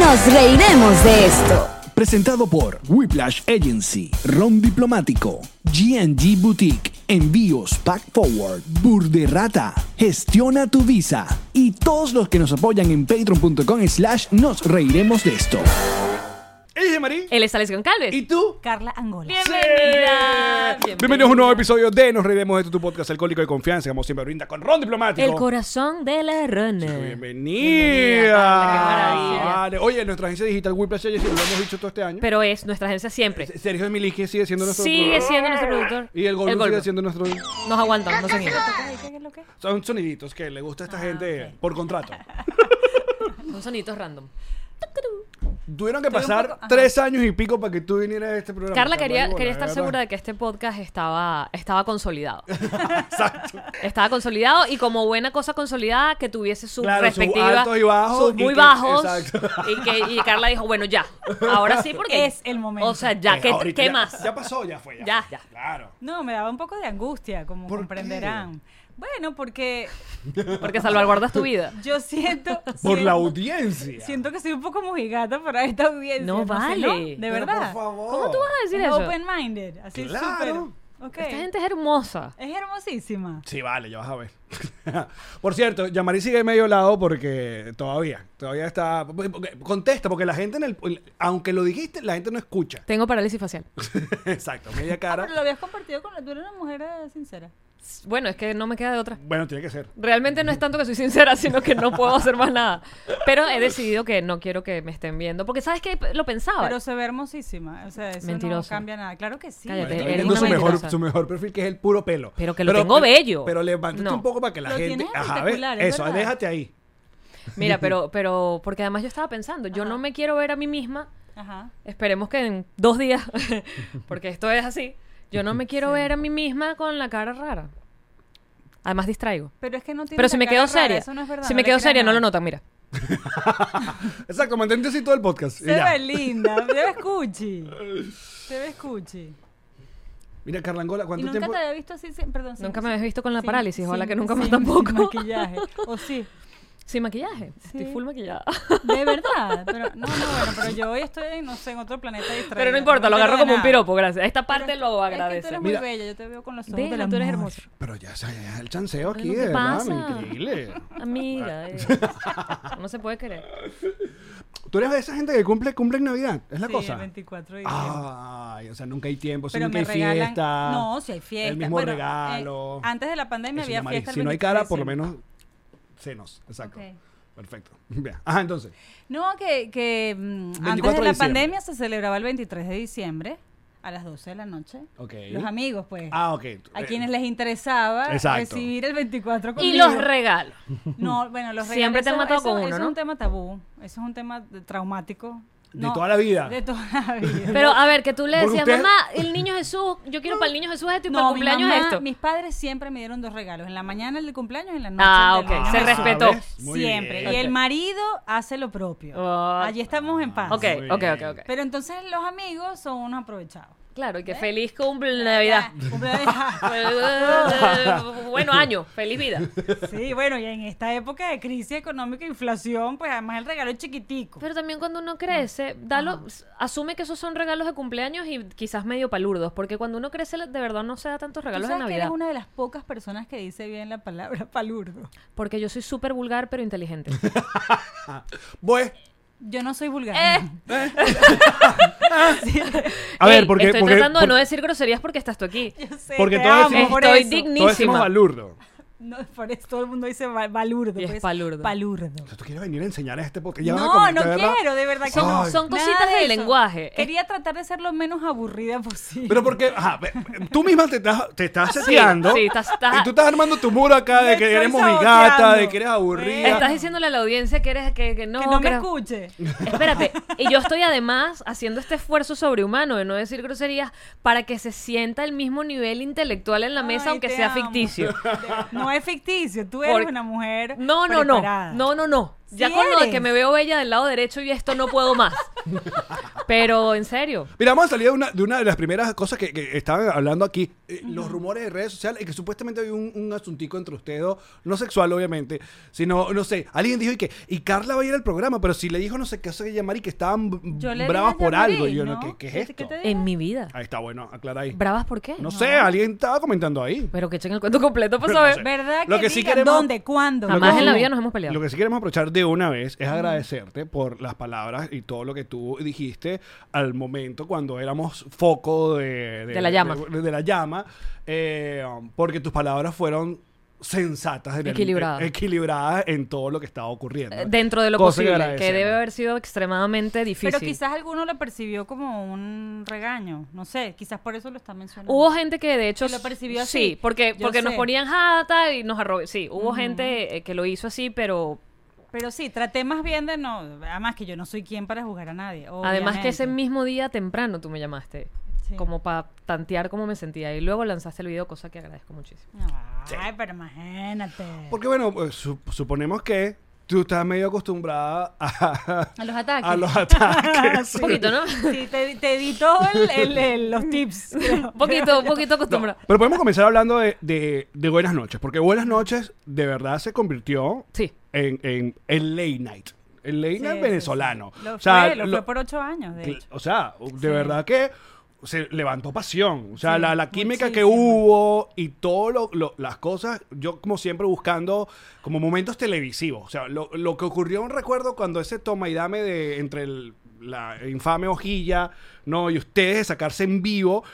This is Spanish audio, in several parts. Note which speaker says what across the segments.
Speaker 1: Nos reiremos de esto.
Speaker 2: Presentado por Whiplash Agency, Ron Diplomático, GNG Boutique, Envíos Pack Forward, Burderrata, Gestiona tu Visa y todos los que nos apoyan en patreon.com slash nos reiremos de esto. Ella es Marí.
Speaker 3: Él es Alex Goncalves.
Speaker 2: ¿Y tú?
Speaker 4: Carla Angola.
Speaker 3: Bienvenida.
Speaker 2: Bienvenidos a un nuevo episodio de Nos Reiremos de esto, tu podcast alcohólico de confianza, que como siempre brinda con Ron Diplomático.
Speaker 3: El corazón de la rana.
Speaker 2: Bienvenida.
Speaker 3: Carla, qué maravilla.
Speaker 2: Vale. Oye, nuestra agencia digital Whiplash Agency, lo hemos dicho todo este año.
Speaker 3: Pero es nuestra agencia siempre.
Speaker 2: Sergio Emilí que sigue siendo nuestro
Speaker 3: Sigue siendo nuestro productor.
Speaker 2: Y el gordo
Speaker 3: golpe.
Speaker 2: sigue siendo nuestro.
Speaker 3: Nos aguantan, no se niegan.
Speaker 2: Son soniditos que le gusta a
Speaker 3: Ah,
Speaker 2: esta gente por contrato.
Speaker 3: Son soniditos random.
Speaker 2: Tuvieron que pasar tres años y pico para que tú vinieras a este programa.
Speaker 3: Carla quería, quería estar segura de que este podcast estaba, estaba consolidado.
Speaker 2: Exacto.
Speaker 3: Estaba consolidado y como buena cosa consolidada que tuviese sus
Speaker 2: Claro, sus
Speaker 3: respectivas
Speaker 2: altos y bajos
Speaker 3: sus
Speaker 2: y
Speaker 3: muy
Speaker 2: que-
Speaker 3: bajos
Speaker 2: exacto.
Speaker 3: y que y Carla dijo, bueno, ya. Ahora sí porque
Speaker 4: Ah, Es el momento.
Speaker 3: O sea, ya
Speaker 2: Eh,
Speaker 3: qué,
Speaker 2: ahorita
Speaker 3: qué
Speaker 2: ya-
Speaker 3: más?
Speaker 2: Ya pasó, ya fue. Ya,
Speaker 3: Ya,
Speaker 2: fue.
Speaker 3: ya.
Speaker 2: Claro.
Speaker 4: No, me daba un poco de angustia, como
Speaker 2: ¿Por
Speaker 4: comprenderán. Bueno, porque
Speaker 3: Porque salvaguardas tu vida.
Speaker 4: yo siento.
Speaker 2: Por la
Speaker 4: siento-
Speaker 2: audiencia.
Speaker 4: Siento que soy un poco mojigata para esta audiencia.
Speaker 3: No
Speaker 4: sé,
Speaker 3: vale.
Speaker 4: ¿no? De
Speaker 2: Pero
Speaker 4: verdad.
Speaker 2: Por favor.
Speaker 3: ¿Cómo tú vas a decir
Speaker 4: Es
Speaker 3: eso?
Speaker 4: Open-minded. Así
Speaker 2: Claro.
Speaker 4: súper. Ok.
Speaker 3: Esta gente es hermosa.
Speaker 4: Es hermosísima.
Speaker 2: Sí, vale, ya vas a ver. Por cierto, Yamari sigue medio lado porque todavía, todavía está. porque- Contesta, porque la gente en el. Aunque lo dijiste, la gente no escucha.
Speaker 3: Tengo parálisis facial.
Speaker 2: Exacto, media
Speaker 4: Ah,
Speaker 2: cara.
Speaker 4: pero lo habías compartido con la. Tú eres una mujer eh, sincera.
Speaker 3: Bueno, es que no me queda de otra.
Speaker 2: Bueno, tiene que ser.
Speaker 3: Realmente no es tanto que soy sincera, sino que no puedo hacer más nada. Pero he decidido que no quiero que me estén viendo. Porque sabes que lo pensaba.
Speaker 4: Pero se ve hermosísima. O sea, eso
Speaker 3: Ah, Mentirosa.
Speaker 4: no cambia nada. Claro que sí.
Speaker 2: Está
Speaker 3: Cállate. eres
Speaker 2: vendiendo
Speaker 3: una
Speaker 2: su mejor,
Speaker 3: mentirosa.
Speaker 2: su mejor perfil, que es el puro pelo.
Speaker 3: Pero que lo tengo bello.
Speaker 2: Pero levántate
Speaker 3: No.
Speaker 2: un poco para que la
Speaker 4: Lo
Speaker 2: gente.
Speaker 4: tienes
Speaker 2: Ajá, ¿ves?
Speaker 4: espectacular, es
Speaker 2: Eso,
Speaker 4: verdad.
Speaker 2: déjate ahí.
Speaker 3: Mira, pero, pero, porque además yo estaba pensando, yo no me quiero ver a mí misma.
Speaker 4: Ajá.
Speaker 3: Esperemos que en dos días, porque esto es así. Yo no me quiero ver a mí misma con la cara rara. Además distraigo.
Speaker 4: Pero es que no tiene.
Speaker 3: Pero si
Speaker 4: la
Speaker 3: me
Speaker 4: cara
Speaker 3: quedo
Speaker 4: rara,
Speaker 3: seria,
Speaker 4: Eso no es verdad.
Speaker 3: si
Speaker 4: no
Speaker 3: me
Speaker 4: le
Speaker 3: quedo
Speaker 4: creas
Speaker 3: seria, no
Speaker 4: nada.
Speaker 3: lo notan, mira.
Speaker 2: Exacto, mantente así todo el podcast. y
Speaker 4: Se
Speaker 2: ya.
Speaker 4: ve linda, se ve escuchi. Se ve escuchi.
Speaker 2: Mira, Carlangola,
Speaker 4: Y
Speaker 2: ¿cuánto
Speaker 4: nunca
Speaker 2: tiempo?
Speaker 4: te había visto así, sin- perdón. sin-
Speaker 3: Nunca me habías visto con la
Speaker 4: sin-
Speaker 3: parálisis, ojalá
Speaker 4: sin-
Speaker 3: que nunca más
Speaker 4: sin-
Speaker 3: tampoco.
Speaker 4: Sin maquillaje, o sí.
Speaker 3: Sin maquillaje. Estoy
Speaker 4: Sí.
Speaker 3: full maquillada.
Speaker 4: De verdad, pero no, no, bueno, pero yo hoy estoy, en, no sé, en otro planeta distraído.
Speaker 3: Pero no importa, lo agarro como un piropo, gracias. Esta parte lo
Speaker 4: Es que tú
Speaker 3: agradece.
Speaker 4: eres muy
Speaker 2: Mira.
Speaker 4: bella, yo te veo con los ojos
Speaker 3: Déjala,
Speaker 4: del
Speaker 3: tú eres
Speaker 4: amor.
Speaker 3: hermosa.
Speaker 2: Pero ya, ya, ya, el chanceo aquí,
Speaker 3: Bueno, ¿qué
Speaker 2: de verdad,
Speaker 3: pasa?
Speaker 2: increíble.
Speaker 3: Amiga, eh. no se puede querer.
Speaker 2: Tú eres de esa gente que cumple, cumple en Navidad, es la
Speaker 4: sí,
Speaker 2: cosa.
Speaker 4: el 24 de diciembre.
Speaker 2: Ay, o sea, nunca hay tiempo, si
Speaker 4: pero
Speaker 2: nunca
Speaker 4: me
Speaker 2: hay
Speaker 4: regalan.
Speaker 2: fiesta.
Speaker 4: No, si hay fiesta.
Speaker 2: El mismo
Speaker 4: Bueno, eh,
Speaker 2: regalo.
Speaker 4: antes de la pandemia
Speaker 2: Eso,
Speaker 4: había
Speaker 2: Yamari,
Speaker 4: fiesta. el
Speaker 2: si no hay
Speaker 4: 24 de
Speaker 2: cara, por lo
Speaker 4: diciembre.
Speaker 2: menos senos. Exacto.
Speaker 4: Ok.
Speaker 2: Perfecto. Vea.
Speaker 5: Ah,
Speaker 2: Ajá, entonces.
Speaker 4: No, que, que mm,
Speaker 2: 24
Speaker 4: antes
Speaker 2: de
Speaker 4: de la
Speaker 2: diciembre.
Speaker 4: pandemia se celebraba el 23 de diciembre a las 12 de la noche.
Speaker 2: Ok.
Speaker 4: Los amigos, pues.
Speaker 2: Ah, ok.
Speaker 4: A
Speaker 2: Eh,
Speaker 4: quienes les interesaba
Speaker 2: Exacto.
Speaker 4: recibir el 24 conmigo.
Speaker 3: Y los regalos.
Speaker 4: No, bueno, los regalos.
Speaker 3: Siempre te han
Speaker 4: eso-
Speaker 3: matado
Speaker 4: eso-
Speaker 3: con uno,
Speaker 4: Eso es
Speaker 3: ¿no?
Speaker 4: un tema tabú. Eso es un tema de- traumático.
Speaker 2: De toda la vida.
Speaker 4: De toda la vida.
Speaker 3: Pero a ver, que tú le
Speaker 2: Porque
Speaker 3: decías,
Speaker 2: ustedes-
Speaker 3: mamá, el niño Jesús, yo quiero para el niño Jesús esto y para
Speaker 4: no,
Speaker 3: el
Speaker 4: mi
Speaker 3: cumpleaños
Speaker 4: mamá-
Speaker 3: esto.
Speaker 4: mis padres siempre me dieron dos regalos. En la mañana el de cumpleaños y en la noche
Speaker 3: Ah,
Speaker 4: el
Speaker 3: ok.
Speaker 4: del niño
Speaker 3: Se
Speaker 4: Jesús.
Speaker 3: respetó.
Speaker 2: ¿Sabes? Muy
Speaker 4: Siempre.
Speaker 2: bien.
Speaker 4: Y el
Speaker 3: Ok.
Speaker 4: marido hace lo propio.
Speaker 3: Ah.
Speaker 4: Allí estamos en paz.
Speaker 3: Ok,
Speaker 2: Muy
Speaker 3: ok, ok,
Speaker 2: bien.
Speaker 3: ok.
Speaker 4: Pero entonces los amigos son unos aprovechados.
Speaker 3: Claro, y que feliz cumple Navidad.
Speaker 4: Ah, cumpleaños.
Speaker 3: bueno, año, feliz vida.
Speaker 4: Sí, bueno, y en esta época de crisis económica e inflación, pues además el regalo es chiquitico.
Speaker 3: Pero también cuando uno crece, dalo, asume que esos son regalos de cumpleaños y quizás medio palurdos, porque cuando uno crece de verdad no se da tantos
Speaker 4: Tú
Speaker 3: regalos de
Speaker 4: sabes que
Speaker 3: Navidad.
Speaker 4: eres una de las pocas personas que dice bien la palabra palurdo.
Speaker 5: Eh,
Speaker 3: Porque yo soy súper vulgar pero inteligente.
Speaker 2: Pues,
Speaker 4: Yo no soy vulgar.
Speaker 3: Eh.
Speaker 5: A ver,
Speaker 3: Ey,
Speaker 5: porque.
Speaker 3: estoy
Speaker 5: porque,
Speaker 3: tratando de
Speaker 5: por-
Speaker 3: no decir groserías porque estás tú aquí.
Speaker 4: Yo sé,
Speaker 5: Porque
Speaker 4: te
Speaker 5: todos
Speaker 4: amo
Speaker 5: decimos-
Speaker 4: por
Speaker 3: Estoy digni-
Speaker 4: eso.
Speaker 5: todos decimos
Speaker 3: Dignísima.
Speaker 5: balurdo.
Speaker 4: No, por eso todo el mundo dice ba- balurdo.
Speaker 3: Y es
Speaker 4: pues,
Speaker 3: palurdo.
Speaker 4: palurdo.
Speaker 5: O sea, tú quieres venir a enseñar a este podcast. Ya vas a
Speaker 4: No,
Speaker 5: comer,
Speaker 4: no
Speaker 5: de verdad.
Speaker 4: quiero, de verdad que
Speaker 5: Son-
Speaker 4: no.
Speaker 5: Ay.
Speaker 3: son
Speaker 4: Nada
Speaker 3: cositas
Speaker 4: de
Speaker 3: del
Speaker 4: eso.
Speaker 3: lenguaje.
Speaker 4: Quería tratar de ser lo menos aburrida posible.
Speaker 5: Pero porque, ajá, ve- tú misma te estás, te estás seteando.
Speaker 3: sí, estás- estás-
Speaker 5: y tú estás armando tu muro acá de
Speaker 4: Me
Speaker 5: que
Speaker 4: estoy
Speaker 5: eres mojigata, de
Speaker 4: saboteando.
Speaker 5: que eres aburrida.
Speaker 3: Estás diciéndole a la audiencia que eres que, que no,
Speaker 4: que no me
Speaker 3: que-
Speaker 4: escuche.
Speaker 3: Espérate, y yo estoy además haciendo este esfuerzo sobrehumano de no decir groserías para que se sienta el mismo nivel intelectual en la mesa,
Speaker 4: Ay,
Speaker 3: aunque
Speaker 4: te
Speaker 3: sea
Speaker 4: amo.
Speaker 3: ficticio.
Speaker 4: No es ficticio, tú eres
Speaker 3: Porque-
Speaker 4: una mujer.
Speaker 3: No, no, no.
Speaker 4: preparada.
Speaker 3: No, no, no. Ya
Speaker 4: Sí
Speaker 3: con lo de
Speaker 4: eres.
Speaker 3: que me veo bella del lado derecho y esto no puedo más. Pero en serio.
Speaker 5: Mira, vamos a salir de una de, una de las primeras cosas que, que estaban hablando aquí. eh, Los rumores de redes sociales, y que supuestamente hay un, un asuntico entre ustedes dos, no sexual obviamente, sino, no sé, alguien dijo y que, y Carla va a ir al programa, pero si le dijo no sé qué hace llamar y que estaban b-
Speaker 4: Yo le
Speaker 5: bravas
Speaker 4: dije a
Speaker 5: por algo.
Speaker 4: Yamarí,
Speaker 5: Y yo, no,
Speaker 4: ¿no?
Speaker 5: ¿qué, qué es
Speaker 4: ¿Qué-
Speaker 5: esto?
Speaker 4: qué te
Speaker 3: En mi vida.
Speaker 5: Ahí está, bueno, aclara ahí.
Speaker 3: ¿Bravas por qué?
Speaker 5: No sé, alguien estaba comentando ahí.
Speaker 3: Pero que echen el cuento completo para
Speaker 5: Pero no
Speaker 3: saber.
Speaker 5: sé.
Speaker 4: ¿Verdad que,
Speaker 5: Lo que sí
Speaker 4: digan
Speaker 5: queremos-
Speaker 4: dónde, cuándo?
Speaker 3: Jamás
Speaker 5: que
Speaker 3: en la
Speaker 5: sí-
Speaker 3: vida nos hemos peleado.
Speaker 5: Lo que sí queremos aprovechar de una vez es agradecerte por las palabras y todo lo que tú dijiste al momento cuando éramos foco de,
Speaker 3: De la llama.
Speaker 5: de- de la llama, eh, porque tus palabras fueron sensatas, en el-
Speaker 3: Equilibradas.
Speaker 5: eh, equilibradas en todo lo que estaba ocurriendo.
Speaker 3: Eh, Dentro de lo
Speaker 5: Cosa que
Speaker 3: posible, que,
Speaker 5: agradecemos.
Speaker 3: debe haber sido extremadamente difícil.
Speaker 4: Pero quizás alguno lo percibió como un regaño. No sé, quizás por eso lo está mencionando.
Speaker 3: Hubo gente que de hecho
Speaker 4: Que lo percibió
Speaker 3: Sí,
Speaker 4: así.
Speaker 3: porque,
Speaker 4: Yo
Speaker 3: porque nos
Speaker 4: sé.
Speaker 3: ponían jata y nos arrobe. Sí, hubo gente eh, que lo hizo así, pero
Speaker 4: Pero sí, traté más bien de no. Además, que yo no soy quien para juzgar a nadie.
Speaker 3: además que ese
Speaker 4: obviamente.
Speaker 3: mismo día temprano tú me llamaste,
Speaker 4: Sí.
Speaker 3: como para tantear cómo me sentía y luego lanzaste el video, cosa que agradezco muchísimo.
Speaker 4: Ay, pero imagínate.
Speaker 5: Porque bueno, pues, su- suponemos que tú estás medio acostumbrada a,
Speaker 4: A los ataques.
Speaker 5: a los ataques.
Speaker 3: Un poquito, ¿no?
Speaker 4: Sí, te, te di todo el- el- el- los tips. creo.
Speaker 3: Un poquito, un poquito
Speaker 5: No,
Speaker 3: acostumbrado.
Speaker 5: pero podemos comenzar hablando de, de- de Buenas noches, porque Buenas noches de verdad se convirtió
Speaker 3: Sí.
Speaker 5: en, en el late night. El late night
Speaker 4: Sí,
Speaker 5: venezolano.
Speaker 4: sí, sí. Lo,
Speaker 5: o sea,
Speaker 4: fue, lo,
Speaker 5: lo-
Speaker 4: fue por ocho años, de hecho.
Speaker 5: o sea, de verdad que se levantó pasión. O sea,
Speaker 4: Sí,
Speaker 5: la, la química que
Speaker 4: muchísimo.
Speaker 5: hubo y todas las cosas, yo como siempre buscando como momentos televisivos. O sea, lo, lo que ocurrió, un recuerdo cuando ese toma y dame de entre el- la infame hojilla, ¿no? Y ustedes de sacarse en vivo.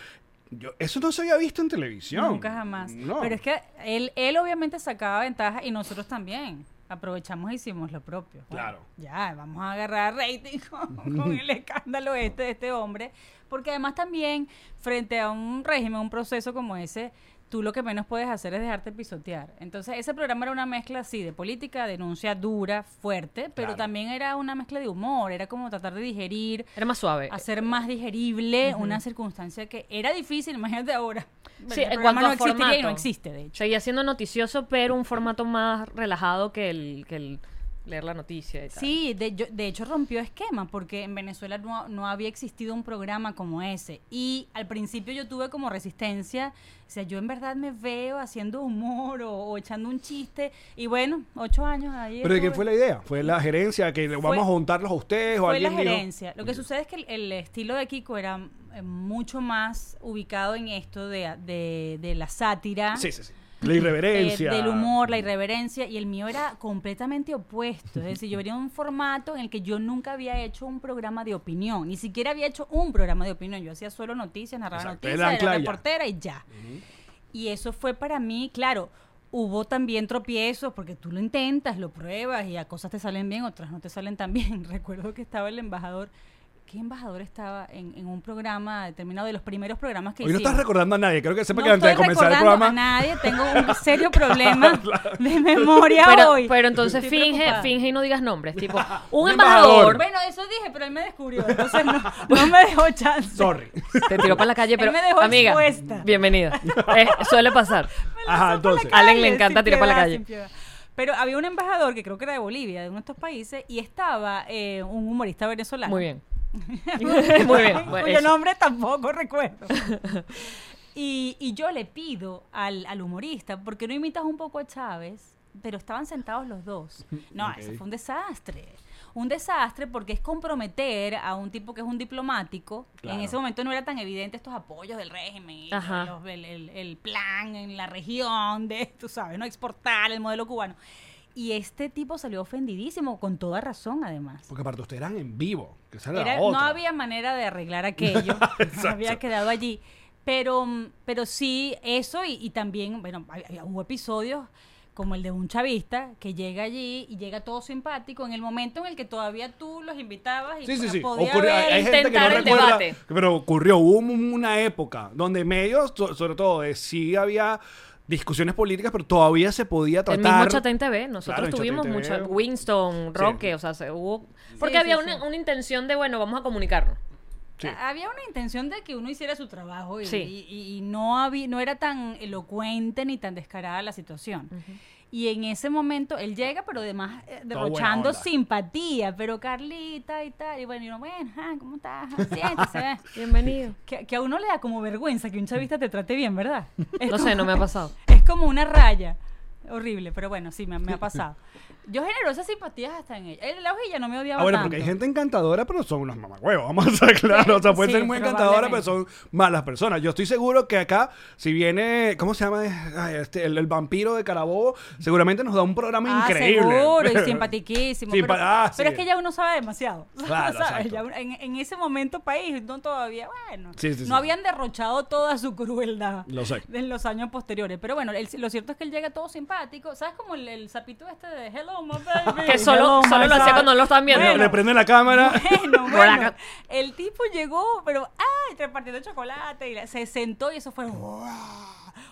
Speaker 5: Yo, eso no se había visto en televisión.
Speaker 4: Nunca jamás.
Speaker 5: No.
Speaker 4: Pero es que él, él obviamente sacaba ventaja y nosotros también. Aprovechamos e hicimos lo propio. Bueno,
Speaker 5: Claro.
Speaker 4: ya, vamos a agarrar rating con, con el escándalo este de este hombre. Porque además también, frente a un régimen, un proceso como ese, tú lo que menos puedes hacer es dejarte pisotear. Entonces, ese programa era una mezcla así de política, denuncia dura, fuerte, pero
Speaker 5: Claro.
Speaker 4: también era una mezcla de humor, era como tratar de digerir
Speaker 3: Era más suave.
Speaker 4: hacer más digerible una circunstancia que era difícil, imagínate ahora.
Speaker 3: Sí, en
Speaker 4: El programa
Speaker 3: cuanto a
Speaker 4: no existiría y
Speaker 3: formato.
Speaker 4: no existe, de hecho.
Speaker 3: Seguía siendo noticioso, pero un formato más relajado que el, que el leer la noticia y tal.
Speaker 4: Sí, de, yo- de hecho rompió esquema porque en Venezuela no, no había existido un programa como ese. Y al principio yo tuve como resistencia, o sea, yo en verdad me veo haciendo humor o, o echando un chiste. Y bueno, ocho años ahí.
Speaker 5: Pero de qué fue
Speaker 4: estuve.
Speaker 5: la idea? ¿Fue la gerencia que le- vamos a juntarlos a ustedes o
Speaker 4: Fue la
Speaker 5: alguien dijo-
Speaker 4: gerencia. Lo que sucede es que el, el estilo de Kiko era eh, mucho más ubicado en esto de, de- de la sátira.
Speaker 5: Sí, sí, sí. La
Speaker 4: eh,
Speaker 5: irreverencia.
Speaker 4: del humor, la irreverencia, y el mío era completamente opuesto. Es decir, yo venía de un formato en el que yo nunca había hecho un programa de opinión, ni siquiera había hecho un programa de opinión. Yo hacía solo noticias, narraba
Speaker 5: Exacto, el
Speaker 4: noticias,
Speaker 5: ancla
Speaker 4: era
Speaker 5: ya.
Speaker 4: reportera y ya. Y eso fue para mí, claro. Hubo también tropiezos porque tú lo intentas, lo pruebas y a cosas te salen bien, otras no te salen tan bien. Recuerdo que estaba el embajador. ¿Qué embajador estaba en, en un programa determinado de los primeros programas que
Speaker 5: Hoy no
Speaker 4: hicimos?
Speaker 5: estás recordando a nadie. Creo que sepa
Speaker 4: no
Speaker 5: que antes de
Speaker 4: estoy
Speaker 5: comenzar el
Speaker 4: recordando
Speaker 5: programa.
Speaker 4: a nadie, tengo un serio problema de memoria
Speaker 3: Pero,
Speaker 4: hoy.
Speaker 3: pero entonces
Speaker 4: Estoy
Speaker 3: finge,
Speaker 4: preocupada.
Speaker 3: finge y no digas nombres. Tipo, un
Speaker 5: Un
Speaker 3: embajador.
Speaker 4: Bueno, eso dije, pero él me descubrió, entonces no, no me dejó chance.
Speaker 5: Sorry.
Speaker 3: Te tiró para la calle,
Speaker 4: Él
Speaker 3: pero
Speaker 4: me dejó
Speaker 3: amiga,
Speaker 4: expuesta.
Speaker 3: bienvenida. Eh, suele pasar.
Speaker 5: Ajá, entonces.
Speaker 3: A Allen le
Speaker 4: Sin
Speaker 3: encanta tirar para la
Speaker 4: piedad,
Speaker 3: calle.
Speaker 4: sin piedad. Pero había un embajador que creo que era de Bolivia, de uno de estos países, y estaba eh, un humorista venezolano.
Speaker 3: Muy bien. Muy bien. bueno,
Speaker 4: cuyo
Speaker 3: eso.
Speaker 4: nombre tampoco recuerdo. Y, y yo le pido al, al humorista, porque no imitas un poco a Chávez, pero estaban sentados los dos. No, eso fue un desastre. Un desastre porque es comprometer a un tipo que es un diplomático.
Speaker 5: Claro.
Speaker 4: En ese momento no era tan evidente estos apoyos del régimen, y
Speaker 3: Ajá.
Speaker 4: los- el, el- el plan en la región de, tú sabes, no exportar el modelo cubano. Y este tipo salió ofendidísimo, con toda razón además.
Speaker 5: Porque aparte ustedes eran en vivo. Que esa era la
Speaker 4: Era- no
Speaker 5: otra.
Speaker 4: había manera de arreglar aquello. había quedado allí. Pero, mm, pero sí, eso y, y también, bueno, hay- hay- hubo episodios como el de un chavista que llega allí y llega todo simpático en el momento en el que todavía tú los invitabas y
Speaker 5: Sí, sí,
Speaker 4: po-
Speaker 5: sí.
Speaker 4: podía
Speaker 5: Ocurrió-
Speaker 4: haber-
Speaker 5: hay gente que no
Speaker 3: intentar el
Speaker 5: recuerda,
Speaker 3: debate.
Speaker 5: pero ocurrió. Hubo un- una época donde medios, so- sobre todo, de, sí había discusiones políticas, pero todavía se podía
Speaker 3: El mismo
Speaker 5: tratar.
Speaker 3: Chatén TV, nosotros
Speaker 5: Claro, en
Speaker 3: tuvimos
Speaker 5: Chatén TV.
Speaker 3: mucho. Winston, Roque, o sea, se hubo. Porque
Speaker 4: Sí,
Speaker 3: había
Speaker 4: sí,
Speaker 3: una,
Speaker 4: sí.
Speaker 3: una intención de, bueno, vamos a comunicarnos.
Speaker 5: Sí.
Speaker 4: Había una intención de que uno hiciera su trabajo y,
Speaker 3: Sí.
Speaker 4: y- y no, había, no era tan elocuente ni tan descarada la situación. Y en ese momento él llega, pero además eh,
Speaker 5: buena
Speaker 4: derrochando
Speaker 5: onda.
Speaker 4: simpatía, pero Carlita y tal. Y bueno, y uno, bueno, ajá, ¿cómo estás? Ah, Siéntese.
Speaker 3: Bienvenido.
Speaker 4: eh". que, que a uno le da como vergüenza que un chavista te trate bien, ¿verdad? Es
Speaker 3: No sé, no me ha pasado.
Speaker 4: es como una raya. Horrible, pero bueno, sí, me, me ha pasado. Yo generó esas simpatías hasta en ella. Él, la hojilla no me odiaba
Speaker 5: Ah, bueno,
Speaker 4: tanto.
Speaker 5: porque hay gente encantadora, pero son unos mamagüevos, vamos a ser claros. O sea, pueden
Speaker 4: Sí,
Speaker 5: ser muy encantadora, pero son
Speaker 4: probablemente.
Speaker 5: malas personas. Yo estoy seguro que acá, si viene, ¿cómo se llama? Ay, este, el, el vampiro de Carabobo, seguramente nos da un programa
Speaker 4: Ah,
Speaker 5: increíble.
Speaker 4: Seguro, y simpatiquísimo.
Speaker 5: Simpa-
Speaker 4: pero
Speaker 5: ah,
Speaker 4: pero
Speaker 5: sí.
Speaker 4: es que ya uno sabe demasiado. O sea,
Speaker 5: Claro,
Speaker 4: ¿sabes?
Speaker 5: exacto.
Speaker 4: Ya uno- en, en ese momento país, no todavía, bueno,
Speaker 5: Sí, sí,
Speaker 4: no
Speaker 5: sí.
Speaker 4: habían derrochado toda su crueldad
Speaker 5: Lo sé.
Speaker 4: en los años posteriores. Pero bueno, el- lo cierto es que él llega todo simpático. ¿Sabes como el, el sapito este de Hello, my baby?
Speaker 3: Que solo,
Speaker 4: Hello, my
Speaker 3: solo lo hacía
Speaker 4: side"?
Speaker 3: cuando no lo estaban viendo.
Speaker 5: Le, le prende la cámara.
Speaker 4: Bueno,
Speaker 3: Por
Speaker 4: bueno.
Speaker 3: acá.
Speaker 4: El tipo llegó, pero ¡ay! repartiendo chocolate y la- se sentó y eso fue. ¡guau!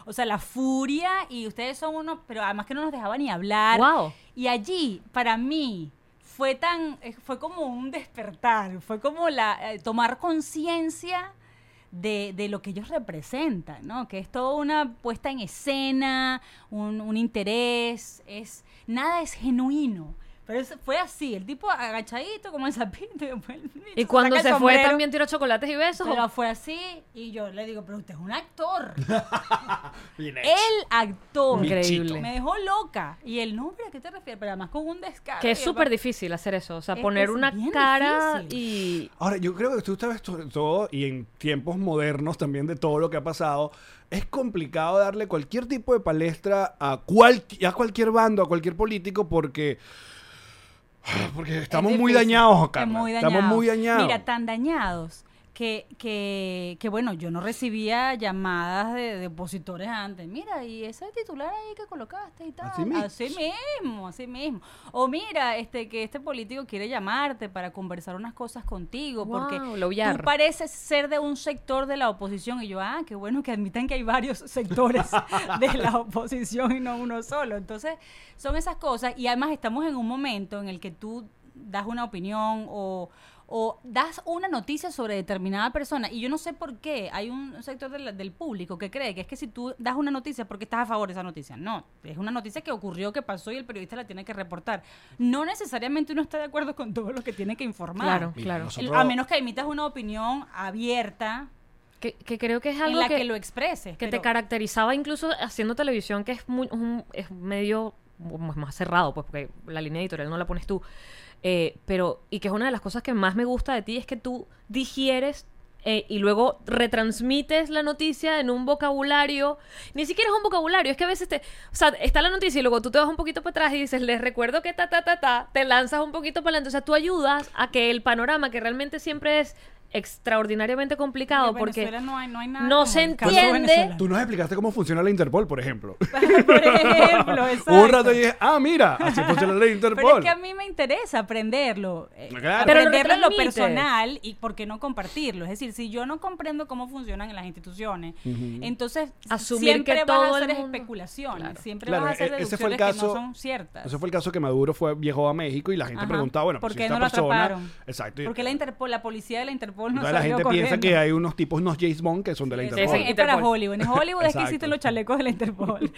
Speaker 4: O sea, la furia y ustedes son unos, pero además que no nos dejaban ni hablar.
Speaker 3: Guau.
Speaker 4: Y allí, para mí, fue tan, eh, fue como un despertar, fue como la eh, tomar conciencia de, de lo que ellos representan, ¿no? Que es toda una puesta en escena, un, un interés, es nada es genuino. Pero es- fue así, el tipo agachadito como el sapito. Y, después el bicho
Speaker 3: Y cuando
Speaker 4: saca el
Speaker 3: se fue
Speaker 4: sombrero.
Speaker 3: también tiró chocolates y besos.
Speaker 4: Pero fue así y yo le digo, pero usted es un actor.
Speaker 5: Bien hecho.
Speaker 4: el actor.
Speaker 3: Increíble.
Speaker 4: Me dejó loca. Y el nombre, ¿a qué te refieres? Pero además con un descaro.
Speaker 3: Que es
Speaker 4: Y
Speaker 3: súper
Speaker 4: aparte-
Speaker 3: difícil hacer eso. O sea,
Speaker 4: Es que
Speaker 3: poner
Speaker 4: es
Speaker 3: una
Speaker 4: bien
Speaker 3: cara
Speaker 4: difícil.
Speaker 3: y.
Speaker 5: Ahora, yo creo que tú sabes sobre todo, y en tiempos modernos también de todo lo que ha pasado, es complicado darle cualquier tipo de palestra a, cual, a cualquier bando, a cualquier político, porque, ah, porque estamos muy
Speaker 4: difícil.
Speaker 5: dañados, Carla.
Speaker 4: Estamos muy
Speaker 5: Estamos muy dañados.
Speaker 4: Mira, tan dañados que, que, que, bueno, yo no recibía llamadas de, de opositores antes. Mira, y ese titular ahí que colocaste y tal.
Speaker 5: Así mismo.
Speaker 4: Así mismo, así mismo. O mira, este que este político quiere llamarte para conversar unas cosas contigo porque
Speaker 3: Guau, lo
Speaker 4: tú
Speaker 3: Villar.
Speaker 4: pareces ser de un sector de la oposición y yo, ah, qué bueno que admitan que hay varios sectores de la oposición y no uno solo. Entonces, son esas cosas y además estamos en un momento en el que tú das una opinión o, o das una noticia sobre determinada persona y yo no sé por qué hay un sector de la- del público que cree que es que si tú das una noticia es porque estás a favor de esa noticia. No, es una noticia que ocurrió, que pasó y el periodista la tiene que reportar. No necesariamente uno está de acuerdo con todo lo que tiene que informar.
Speaker 3: Claro,
Speaker 5: Mira,
Speaker 3: claro.
Speaker 5: nosotros-
Speaker 4: A menos que emitas una opinión abierta
Speaker 3: Que, que creo que es
Speaker 4: en
Speaker 3: algo
Speaker 4: la que,
Speaker 3: que,
Speaker 4: lo expreses.
Speaker 3: que te
Speaker 4: pero-
Speaker 3: caracterizaba incluso haciendo televisión, que es, muy, un- es medio m- más cerrado, pues porque la línea editorial no la pones tú. Eh, pero, y que es una de las cosas que más me gusta de ti, es que tú digieres eh, y luego retransmites la noticia en un vocabulario. Ni siquiera es un vocabulario, es que a veces te. O sea, está la noticia y luego tú te vas un poquito para atrás y dices, les recuerdo que ta, ta, ta, ta, te lanzas un poquito para adelante. O sea, tú ayudas a que el panorama, que realmente siempre es extraordinariamente complicado,
Speaker 4: en
Speaker 3: porque.
Speaker 4: Venezuela no hay, no hay nada
Speaker 3: no
Speaker 4: como
Speaker 3: se
Speaker 4: el caso
Speaker 3: entiende.
Speaker 4: venezolano.
Speaker 5: Tú nos explicaste cómo funciona la Interpol, por ejemplo.
Speaker 4: Por ejemplo,
Speaker 5: Hubo
Speaker 4: exacto.
Speaker 5: Un rato y dije, ah, mira, así funciona la Interpol.
Speaker 4: Pero es que a mí me interesa aprenderlo. eh,
Speaker 5: Claro.
Speaker 3: Pero lo
Speaker 4: Aprenderlo en lo
Speaker 3: retransmites.
Speaker 4: personal y por qué no compartirlo. Es decir, si yo no comprendo cómo funcionan en las instituciones, entonces
Speaker 3: Asumir
Speaker 4: siempre
Speaker 3: que
Speaker 4: vas
Speaker 3: todo
Speaker 4: a
Speaker 3: el
Speaker 4: hacer
Speaker 3: mundo-
Speaker 4: especulaciones, siempre
Speaker 5: Claro,
Speaker 4: vas a hacer
Speaker 5: e-
Speaker 4: deducciones
Speaker 5: ese fue el
Speaker 4: que
Speaker 5: caso-
Speaker 4: no son ciertas.
Speaker 5: Ese fue el caso que Maduro fue, viajó a México y la gente
Speaker 4: Ajá.
Speaker 5: preguntaba, bueno,
Speaker 4: ¿Por
Speaker 5: pues,
Speaker 4: qué
Speaker 5: si esta
Speaker 4: no lo
Speaker 5: persona.
Speaker 4: atraparon?
Speaker 5: Exacto. y-
Speaker 4: Porque la, Interpol, la policía de la Interpol no
Speaker 5: Entonces
Speaker 4: salió
Speaker 5: la gente piensa que
Speaker 4: corriendo.
Speaker 5: hay unos tipos, unos James Bond que son de la
Speaker 4: Eso
Speaker 5: Interpol.
Speaker 3: Sí,
Speaker 4: es- es para
Speaker 3: Interpol.
Speaker 4: Hollywood. En Hollywood es que
Speaker 5: Exacto.
Speaker 4: existen los chalecos de la Interpol.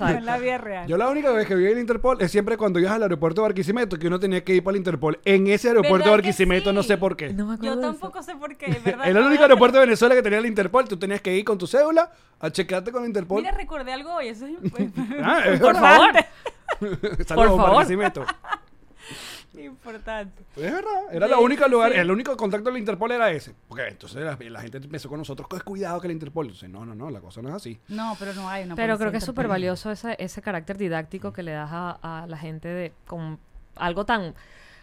Speaker 4: No en la vida real.
Speaker 5: Yo la única vez que viví en Interpol es siempre cuando ibas al aeropuerto de Barquisimeto, que uno tenía que ir para el Interpol. En ese aeropuerto de
Speaker 4: ¿Verdad que
Speaker 5: Barquisimeto,
Speaker 4: sí?
Speaker 5: no sé por qué.
Speaker 3: me
Speaker 4: Yo
Speaker 3: de eso.
Speaker 4: tampoco sé por qué, ¿verdad?
Speaker 5: Era el único
Speaker 4: Ahora-
Speaker 5: aeropuerto de Venezuela que tenía el Interpol. Tú tenías que ir con tu cédula a checarte con el Interpol.
Speaker 4: Mira, recordé algo hoy. Eso es
Speaker 5: Ah, es
Speaker 3: Por
Speaker 5: verdad.
Speaker 3: favor.
Speaker 5: Saludos,
Speaker 3: favor.
Speaker 5: Barquisimeto.
Speaker 4: Importante.
Speaker 5: Es verdad, era el
Speaker 4: Sí,
Speaker 5: único lugar,
Speaker 4: sí.
Speaker 5: el único contacto de la Interpol era ese. Porque entonces la, la gente empezó con nosotros, "Pues, cuidado que la Interpol. Entonces, no, no, no, la cosa no es así.
Speaker 4: No, pero no hay una
Speaker 3: Pero creo
Speaker 4: policía
Speaker 3: que es súper
Speaker 4: interpol.
Speaker 3: valioso ese, ese carácter didáctico que le das a, a la gente de con algo tan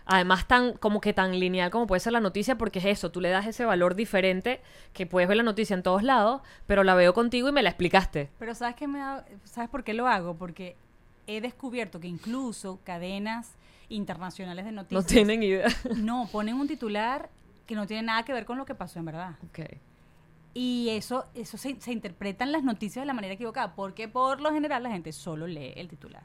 Speaker 3: además tan como que tan lineal como puede ser la noticia porque es eso, tú le das ese valor diferente que puedes ver la noticia en todos lados, pero la veo contigo y me la explicaste.
Speaker 4: Pero ¿sabes, qué me da- ¿sabes por qué lo hago? Porque he descubierto que incluso cadenas internacionales de
Speaker 3: No
Speaker 4: noticias
Speaker 3: tienen idea.
Speaker 4: no, ponen un titular que no tiene nada que ver con lo que pasó en verdad. Y eso, eso se, se interpretan las noticias de la manera equivocada, porque por lo general la gente solo lee el titular.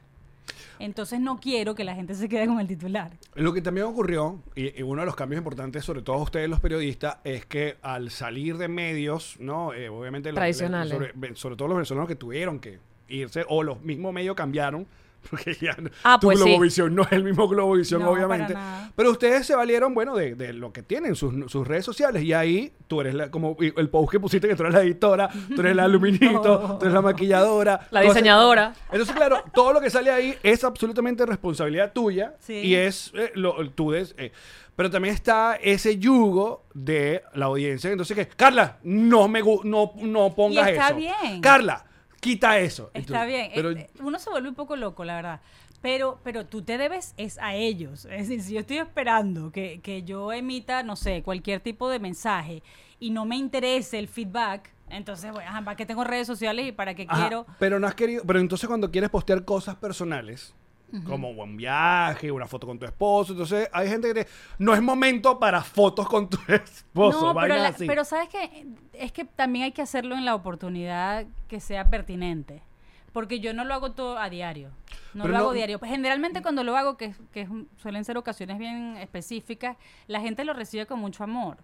Speaker 4: Entonces no quiero que la gente se quede con el titular.
Speaker 5: Lo que también ocurrió, y, y uno de los cambios importantes, sobre todo a ustedes los periodistas, es que al salir de medios, ¿no? Eh, obviamente los-
Speaker 3: Tradicionales.
Speaker 5: sobre, sobre todo los venezolanos que tuvieron que irse, o los mismos medios cambiaron, porque ya no-
Speaker 3: Ah,
Speaker 5: tu
Speaker 3: pues sí.
Speaker 5: Globovisión no es el mismo Globovisión,
Speaker 4: No, para
Speaker 5: obviamente.
Speaker 4: nada.
Speaker 5: Pero ustedes se valieron, bueno, de, de lo que tienen, sus, sus redes sociales, y ahí tú eres la, como y- el post que pusiste que tú eres la editora, tú eres la aluminito, tú eres la maquilladora.
Speaker 3: La
Speaker 5: tú haces-
Speaker 3: diseñadora.
Speaker 5: entonces, claro, todo lo que sale ahí es absolutamente responsabilidad tuya
Speaker 4: Sí.
Speaker 5: y es eh, lo tú des, eh. pero también está ese yugo de la audiencia, entonces que Carla, no me gu- no no pongas
Speaker 4: está
Speaker 5: eso.
Speaker 4: bien.
Speaker 5: Carla, quita eso. Y tú-
Speaker 4: Está bien.
Speaker 5: Pero
Speaker 4: eh, eh, uno se vuelve un poco loco, la verdad. Pero, pero tú te debes es a ellos. Es decir, si yo estoy esperando que, que yo emita, no sé, cualquier tipo de mensaje y no me interese el feedback, entonces, bueno, ajá, ¿para qué tengo redes sociales y para qué
Speaker 5: Ajá,
Speaker 4: quiero?
Speaker 5: pero no has querido, pero entonces cuando quieres postear cosas personales, como un viaje, una foto con tu esposo, entonces hay gente que te- no es momento para fotos con tu esposo,
Speaker 4: no, pero,
Speaker 5: vainas
Speaker 4: la-
Speaker 5: así.
Speaker 4: pero sabes que es que también hay que hacerlo en la oportunidad que sea pertinente. Porque yo no lo hago todo a diario. No
Speaker 5: Pero
Speaker 4: lo
Speaker 5: no-
Speaker 4: hago diario. Pues, Generalmente cuando lo hago, que, es- que es un- suelen ser ocasiones bien específicas, la gente lo recibe con mucho amor.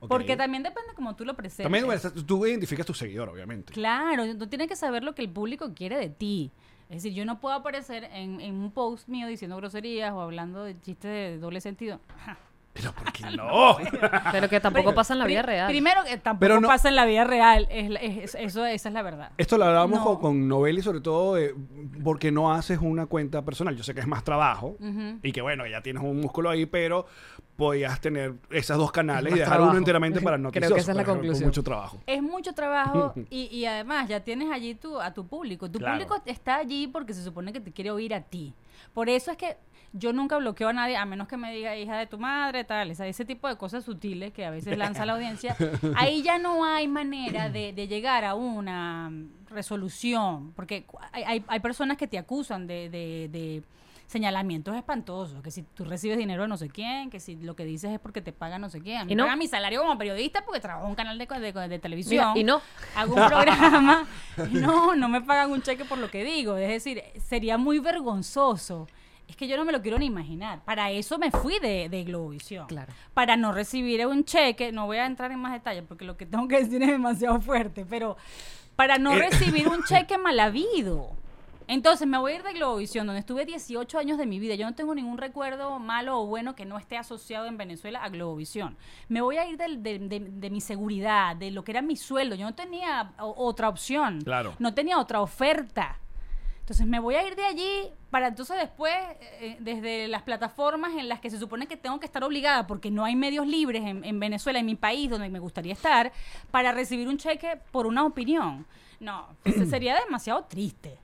Speaker 5: Ok.
Speaker 4: Porque también depende cómo tú lo presentes.
Speaker 5: También bueno, tú identificas tu seguidor, obviamente.
Speaker 4: Claro, tú tienes que saber lo que el público quiere de ti. Es decir, yo no puedo aparecer en, en un post mío diciendo groserías o hablando de chistes de doble sentido.
Speaker 5: Pero ¿por qué no?
Speaker 3: Pero que tampoco pasa en la vida
Speaker 4: Pri-
Speaker 3: real.
Speaker 4: Primero, que tampoco
Speaker 5: Pero no-
Speaker 4: pasa en la vida real. Es, la- es- eso, esa es la verdad.
Speaker 5: Esto lo hablábamos
Speaker 4: No.
Speaker 5: con, con Novelli, sobre todo de, porque no haces una cuenta personal. Yo sé que es más trabajo y que bueno, ya tienes un músculo ahí, pero podías tener esos dos canales
Speaker 3: Es más
Speaker 5: y dejar
Speaker 3: trabajo.
Speaker 5: uno enteramente para
Speaker 3: Creo que
Speaker 5: noticiosos.
Speaker 3: esa es la
Speaker 5: por ejemplo, con
Speaker 3: conclusión.
Speaker 5: mucho trabajo.
Speaker 4: Es mucho trabajo y, y además ya tienes allí tu, a tu público. Tu
Speaker 5: Claro.
Speaker 4: público está allí porque se supone que te quiere oír a ti. Por eso es que yo nunca bloqueo a nadie, a menos que me diga hija de tu madre, tal, esa- ese tipo de cosas sutiles que a veces lanza la audiencia. Ahí ya no hay manera de, de llegar a una resolución, porque cu- hay, hay- hay personas que te acusan de, de- de señalamientos espantosos, que si tú recibes dinero de no sé quién, que si lo que dices es porque te paga no sé quién. A mí
Speaker 3: Y
Speaker 4: me
Speaker 3: no.
Speaker 4: pagan mi salario como periodista porque trabajo en un canal de, co- de co- de televisión.
Speaker 3: Mira, y no.
Speaker 4: Hago un programa. No, no me pagan un cheque por lo que digo. Es decir, sería muy vergonzoso. Es que yo no me lo quiero ni imaginar. Para eso me fui de, de Globovisión.
Speaker 3: Claro.
Speaker 4: Para no recibir un cheque, no voy a entrar en más detalles porque lo que tengo que decir es demasiado fuerte, pero para no
Speaker 5: Eh.
Speaker 4: recibir un cheque mal habido. Entonces me voy a ir de Globovisión, donde estuve 18 años de mi vida. Yo no tengo ningún recuerdo malo o bueno que no esté asociado en Venezuela a Globovisión. Me voy a ir del- de, de- de mi seguridad, de lo que era mi sueldo. Yo no tenía o- otra opción.
Speaker 5: Claro.
Speaker 4: No tenía otra oferta. Entonces me voy a ir de allí para entonces después, eh, desde las plataformas en las que se supone que tengo que estar obligada, porque no hay medios libres en, en Venezuela, en mi país, donde me gustaría estar, para recibir un cheque por una opinión. No, ese sería demasiado triste.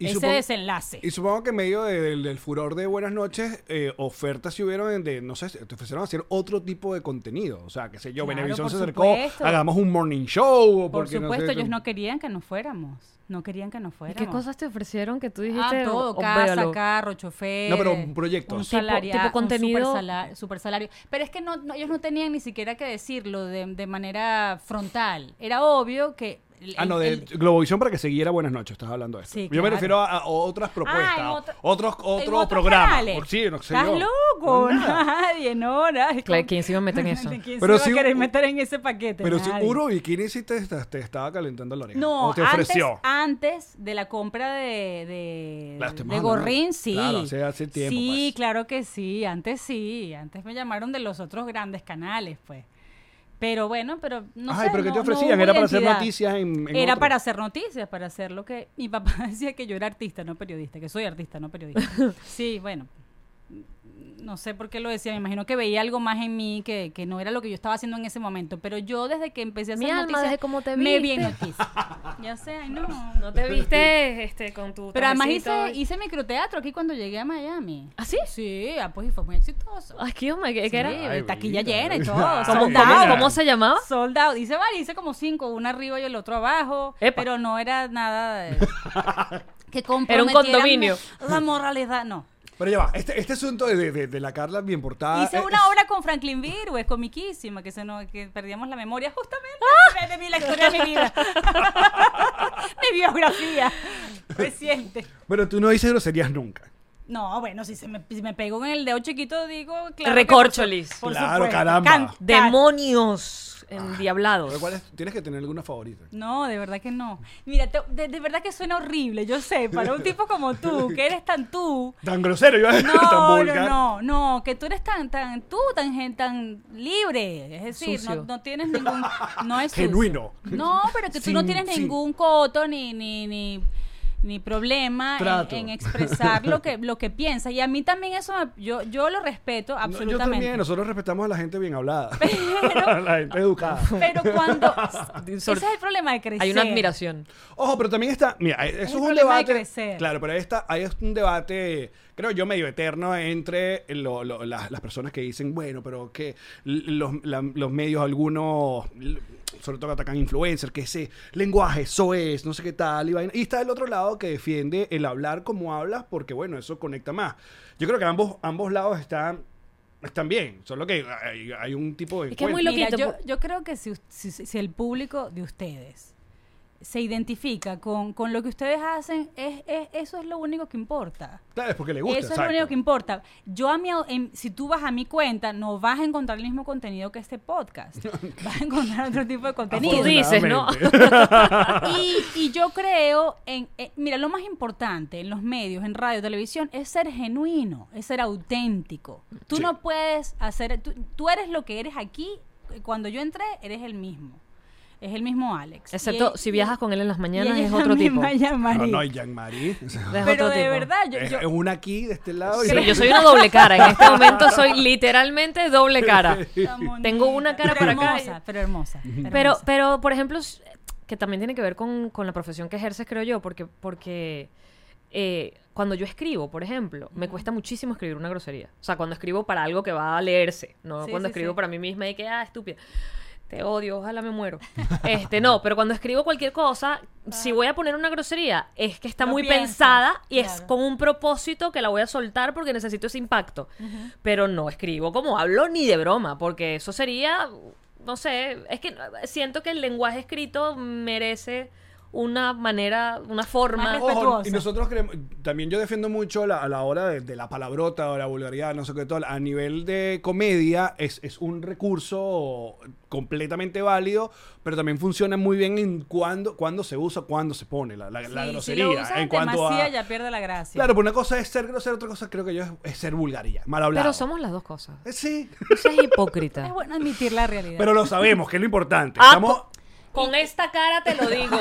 Speaker 5: Y
Speaker 4: ese
Speaker 5: supongo-
Speaker 4: desenlace.
Speaker 5: Y supongo que en medio de- del, del furor de Buenas noches, eh, ofertas se hubieron en de, no sé, te ofrecieron hacer otro tipo de contenido. O sea, qué sé yo,
Speaker 4: Claro,
Speaker 5: Venevisión
Speaker 4: por
Speaker 5: se acercó,
Speaker 4: supuesto.
Speaker 5: hagamos un morning show. o
Speaker 4: por
Speaker 5: porque
Speaker 4: supuesto,
Speaker 5: no sé,
Speaker 4: ellos no querían que nos fuéramos. No querían que nos
Speaker 3: ¿Y
Speaker 4: fuéramos.
Speaker 3: qué cosas te ofrecieron que tú dijiste?
Speaker 4: Ah, todo,
Speaker 3: "Oh,
Speaker 4: casa,
Speaker 3: véalo"?
Speaker 4: carro, chofer.
Speaker 5: No, pero proyectos.
Speaker 4: Un
Speaker 5: Tipo-
Speaker 4: salario,
Speaker 3: tipo contenido.
Speaker 4: super salario. Pero es que no, no- ellos no tenían ni siquiera que decirlo de, de manera frontal. Era obvio que. el-
Speaker 5: Ah, no, de
Speaker 4: el- el-
Speaker 5: Globovisión para que siguiera Buenas noches, estás hablando de eso.
Speaker 4: Sí,
Speaker 5: Yo me
Speaker 4: claro. Ah,
Speaker 5: refiero a, a otras propuestas,
Speaker 4: en
Speaker 5: a
Speaker 4: otro-
Speaker 5: otros,
Speaker 4: en
Speaker 5: otro
Speaker 4: otros
Speaker 5: programa.
Speaker 4: canales.
Speaker 5: Por- Sí, no sé
Speaker 4: Estás
Speaker 5: yo.
Speaker 4: loco,
Speaker 5: No, nada.
Speaker 4: nadie, no, nadie.
Speaker 3: Claro, ¿quién se iba a meter en eso?
Speaker 4: ¿Quién
Speaker 5: Pero
Speaker 4: se
Speaker 5: si
Speaker 4: iba a querer
Speaker 5: un-
Speaker 4: meter en ese paquete?
Speaker 5: Pero si
Speaker 4: Nadie.
Speaker 5: Uro Bikini sí te, te estaba calentando la oreja.
Speaker 4: No,
Speaker 5: o te ofreció.
Speaker 4: Antes, ah, antes de la compra de, de,
Speaker 5: La estamos
Speaker 4: de
Speaker 5: hablando.
Speaker 4: Gorrín, sí.
Speaker 5: Claro, hace- hace tiempo,
Speaker 4: Sí,
Speaker 5: pues.
Speaker 4: claro que sí, antes sí. Antes me llamaron de los otros grandes canales, pues. Pero bueno, pero no
Speaker 5: Ay,
Speaker 4: sé,
Speaker 5: pero ¿qué
Speaker 4: no-
Speaker 5: te
Speaker 4: no
Speaker 5: ofrecían?
Speaker 4: hubo
Speaker 5: Era para hacer
Speaker 4: identidad.
Speaker 5: noticias en- en
Speaker 4: Era
Speaker 5: otro.
Speaker 4: para hacer noticias, para hacer lo que... Mi papá decía que yo era artista, no periodista, que soy artista, no periodista. sí, bueno, no sé por qué lo decía, me imagino que veía algo más en mí que, que no era lo que yo estaba haciendo en ese momento. Pero yo desde que empecé a hacer
Speaker 3: Mi alma,
Speaker 4: noticias,
Speaker 3: desde cómo te
Speaker 4: me
Speaker 3: viste.
Speaker 4: vi en noticias. ya sé, ay no.
Speaker 3: No te viste este, con tu.
Speaker 4: Pero además hice,
Speaker 3: trajecito?
Speaker 4: hice microteatro aquí cuando llegué a Miami.
Speaker 3: ¿Ah, sí?
Speaker 4: Sí, ah, pues y fue muy exitoso.
Speaker 3: Ay, qué hombre, ¿qué, qué
Speaker 4: Sí,
Speaker 3: era?
Speaker 5: Ay,
Speaker 4: taquilla
Speaker 5: mira.
Speaker 4: llena y todo.
Speaker 5: ¿Cómo-
Speaker 3: ¿Cómo,
Speaker 4: sold
Speaker 3: cómo-
Speaker 4: out.
Speaker 3: cómo se llamaba?
Speaker 4: Sold out. Hice varios, hice como cinco, una arriba y el otro abajo,
Speaker 3: Epa.
Speaker 4: pero no era nada de... que comprometiera
Speaker 3: Era un condominio.
Speaker 4: La moralidad, no.
Speaker 5: Pero ya va, este, este asunto de, de- de la Carla bien portada.
Speaker 4: Hice
Speaker 5: eh,
Speaker 4: una
Speaker 5: es-
Speaker 4: obra con Franklin Virgües, comiquísima, que, se nos, que perdíamos la memoria justamente
Speaker 3: Ah.
Speaker 4: de mi, la historia de mi vida. mi biografía reciente.
Speaker 5: Bueno, tú no dices groserías nunca.
Speaker 4: No, bueno, si, se me, si me pego en el dedo chiquito, digo... Claro que
Speaker 3: Recorcholis.
Speaker 4: por su- por
Speaker 5: Claro,
Speaker 4: supuesto.
Speaker 5: caramba.
Speaker 4: Can- can-
Speaker 3: Demonios endiablados.
Speaker 5: Pero ¿cuál es? Tienes que tener alguna favorita.
Speaker 4: No, de verdad que no. Mira, te- de, de verdad que suena horrible, yo sé, para un tipo como tú, que eres tan tú.
Speaker 5: Tan grosero, yo
Speaker 4: No,
Speaker 5: tan
Speaker 4: no,
Speaker 5: vulgar.
Speaker 4: no, no, que tú eres tan, tan, tú, tan, gen- tan libre. Es decir, no,
Speaker 3: Sucio.
Speaker 4: no tienes ningún, no es sucio.
Speaker 5: Genuino.
Speaker 4: No, pero que tú no
Speaker 5: Sin-
Speaker 4: tienes
Speaker 5: sin-
Speaker 4: ningún coto ni, ni, ni, ni problema
Speaker 5: Trato.
Speaker 4: en, en expresar lo que, lo que piensas. Y a mí también eso, me- yo, yo lo respeto
Speaker 5: No, yo
Speaker 4: absolutamente.
Speaker 5: también, nosotros respetamos a la gente bien hablada. A la gente educada.
Speaker 4: pero cuando, ese
Speaker 3: Sobre-
Speaker 4: es el problema de crecer.
Speaker 3: Hay una admiración.
Speaker 5: Ojo, pero también está, mira, eso es,
Speaker 4: el
Speaker 5: un
Speaker 4: problema de
Speaker 5: debate.
Speaker 4: crecer.
Speaker 5: Claro, pero ahí está, ahí es un debate, creo yo, medio eterno entre lo- lo- las, las personas que dicen, bueno, pero que l- los, la- los medios, algunos, l- sobre todo que atacan influencers, que ese lenguaje, eso es, no sé qué tal, y, vaina. y está el otro lado que defiende el hablar como hablas, porque bueno, eso conecta más. Yo creo que ambos, ambos lados están, están bien, solo que hay, hay un tipo de...
Speaker 3: Es que es muy
Speaker 5: encuentro.
Speaker 3: loquito,
Speaker 4: Mira, yo,
Speaker 3: por-
Speaker 4: yo creo que si, us- si- si el público de ustedes se identifica con, con lo que ustedes hacen, es, es- eso es lo único que importa.
Speaker 5: Claro, es porque le gusta.
Speaker 4: eso es
Speaker 5: exacto.
Speaker 4: lo único que importa. Yo a mi, au- en- si tú vas a mi cuenta, no vas a encontrar el mismo contenido que este podcast. Vas a encontrar otro tipo de contenido.
Speaker 3: Tú dices, ¿no?
Speaker 5: Afortunadamente.
Speaker 4: Y, y yo creo en, eh, mira, lo más importante en los medios, en radio, televisión, es ser genuino, es ser auténtico. Tú
Speaker 5: Sí.
Speaker 4: no puedes hacer, tú, tú eres lo que eres aquí. eh, Cuando yo entré, eres el mismo. Es el mismo Alex.
Speaker 3: Excepto
Speaker 4: Y-
Speaker 3: si
Speaker 4: y-
Speaker 3: viajas con él en las
Speaker 4: y
Speaker 3: mañanas,
Speaker 4: ella
Speaker 3: es otro
Speaker 4: la
Speaker 3: tipo.
Speaker 4: misma
Speaker 3: Es
Speaker 4: Jean-Marie.
Speaker 5: No, no, y Jean-Marie. o sea,
Speaker 4: Pero
Speaker 3: otro
Speaker 4: de
Speaker 3: tipo.
Speaker 4: verdad, yo,
Speaker 5: es,
Speaker 4: yo-
Speaker 5: es una aquí de este lado. y-
Speaker 3: Sí, yo soy una doble cara. En este momento soy literalmente doble cara.
Speaker 4: Ramón,
Speaker 3: Tengo una cara
Speaker 4: pero
Speaker 3: para acá.
Speaker 4: hermosa, pero hermosa.
Speaker 3: Pero,
Speaker 4: hermosa.
Speaker 3: pero, por ejemplo, s- que también tiene que ver con, con la profesión que ejerces, creo yo, porque, porque eh, cuando yo escribo, por ejemplo, me cuesta muchísimo escribir una grosería. O sea, cuando escribo para algo que va a leerse, no
Speaker 4: Sí,
Speaker 3: cuando
Speaker 4: sí,
Speaker 3: escribo
Speaker 4: sí.
Speaker 3: para mí misma y que, ah, estúpida. Te odio, ojalá me muero. Este, no, pero cuando escribo cualquier cosa, si voy a poner una grosería, es que está
Speaker 4: Lo
Speaker 3: muy
Speaker 4: piensas,
Speaker 3: pensada y es
Speaker 4: claro.
Speaker 3: con un propósito que la voy a soltar porque necesito ese impacto. Pero no escribo como hablo ni de broma, porque eso sería, no sé, es que siento que el lenguaje escrito merece una manera, una forma.
Speaker 4: Más
Speaker 5: Ojo,
Speaker 4: respetuosa.
Speaker 5: y nosotros creemos, también yo defiendo mucho la- a la hora de, de la palabrota o la vulgaridad, no sé qué tal, a nivel de comedia es, es un recurso completamente válido, pero también funciona muy bien en cuándo, cuándo se usa, cuándo se pone la, la- la
Speaker 4: Sí,
Speaker 5: grosería.
Speaker 4: Si lo usas
Speaker 5: en cuanto
Speaker 4: demasía,
Speaker 5: a,
Speaker 4: ya pierde la gracia.
Speaker 5: Claro, pero una cosa es ser grosero, otra cosa creo que yo es, es ser vulgaría, mal hablado.
Speaker 3: Pero somos las dos cosas.
Speaker 5: Eh, Sí,
Speaker 3: Eso es
Speaker 4: Es
Speaker 3: hipócrita.
Speaker 4: bueno admitir la realidad.
Speaker 5: pues, pero lo sabemos, que es lo importante.
Speaker 3: Ah,
Speaker 5: Estamos...
Speaker 3: Con esta cara te lo digo.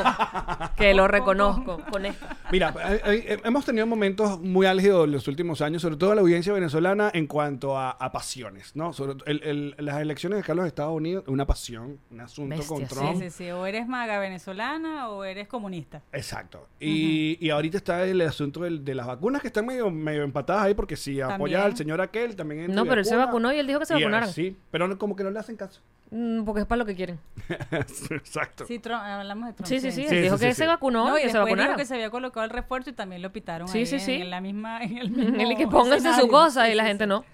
Speaker 3: Que lo reconozco. Con esta.
Speaker 5: Mira, eh, eh, hemos tenido momentos muy álgidos en los últimos años, sobre todo la audiencia venezolana en cuanto a, a pasiones, ¿no? Sobre to- el- el- las elecciones de Carlos de Estados Unidos, una pasión, un asunto
Speaker 3: Bestia,
Speaker 5: con
Speaker 3: sí,
Speaker 4: Sí,
Speaker 5: Trump.
Speaker 4: sí, sí. O eres maga venezolana o eres comunista.
Speaker 5: Exacto. Y, y ahorita está el asunto del- de las vacunas que están medio, medio empatadas ahí porque si apoyas
Speaker 4: También.
Speaker 5: al señor aquel también... es
Speaker 3: No, pero él se
Speaker 5: antivacuna.
Speaker 3: vacunó y él dijo que se
Speaker 5: Y, eh,
Speaker 3: vacunaran.
Speaker 5: Sí, pero no- como que no le hacen caso.
Speaker 3: Mm, Porque es para lo que quieren.
Speaker 5: Exacto.
Speaker 4: Sí, Trump- hablamos de Trump.
Speaker 3: Sí, sí, sí.
Speaker 5: Sí,
Speaker 3: él dijo
Speaker 5: sí,
Speaker 3: que
Speaker 5: sí,
Speaker 3: se
Speaker 5: sí.
Speaker 3: vacunó
Speaker 4: No,
Speaker 3: y
Speaker 4: y
Speaker 3: que se
Speaker 4: después dijo
Speaker 3: vacunaron.
Speaker 4: que se había colocado el refuerzo y también lo pitaron
Speaker 3: Sí,
Speaker 4: ahí
Speaker 3: sí,
Speaker 4: en,
Speaker 3: sí.
Speaker 4: en la misma en el mismo
Speaker 3: El que pónganse su
Speaker 4: escenario.
Speaker 3: cosa
Speaker 4: Sí,
Speaker 3: y la
Speaker 4: sí,
Speaker 3: gente
Speaker 4: sí.
Speaker 3: no.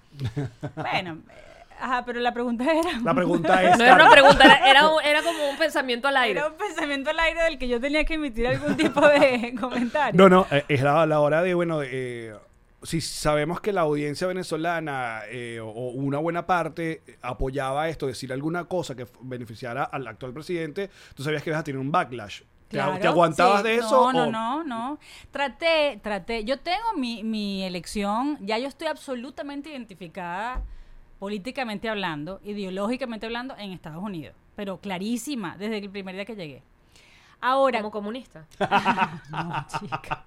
Speaker 4: Bueno, eh, ajá, pero la pregunta era
Speaker 5: La pregunta es...
Speaker 3: No era una
Speaker 5: Carlos,
Speaker 3: pregunta, era, era un- era como un pensamiento al aire.
Speaker 4: era un pensamiento al aire del que yo tenía que emitir algún tipo de comentario.
Speaker 5: No, no, eh, es la, la hora de, bueno, de, eh, si sabemos que la audiencia venezolana eh, o, o una buena parte eh, apoyaba esto, decir alguna cosa que f- beneficiara al actual presidente, tú sabías que ibas a tener un backlash. ¿Te, a-
Speaker 4: Claro,
Speaker 5: te aguantabas
Speaker 4: sí.
Speaker 5: de eso?
Speaker 4: No,
Speaker 5: o-
Speaker 4: no, no, no. Traté, traté. Yo tengo mi, mi elección, ya yo estoy absolutamente identificada políticamente hablando, ideológicamente hablando, en Estados Unidos, pero clarísima desde el primer día que llegué. Ahora,
Speaker 3: Como comunista.
Speaker 4: No, chica.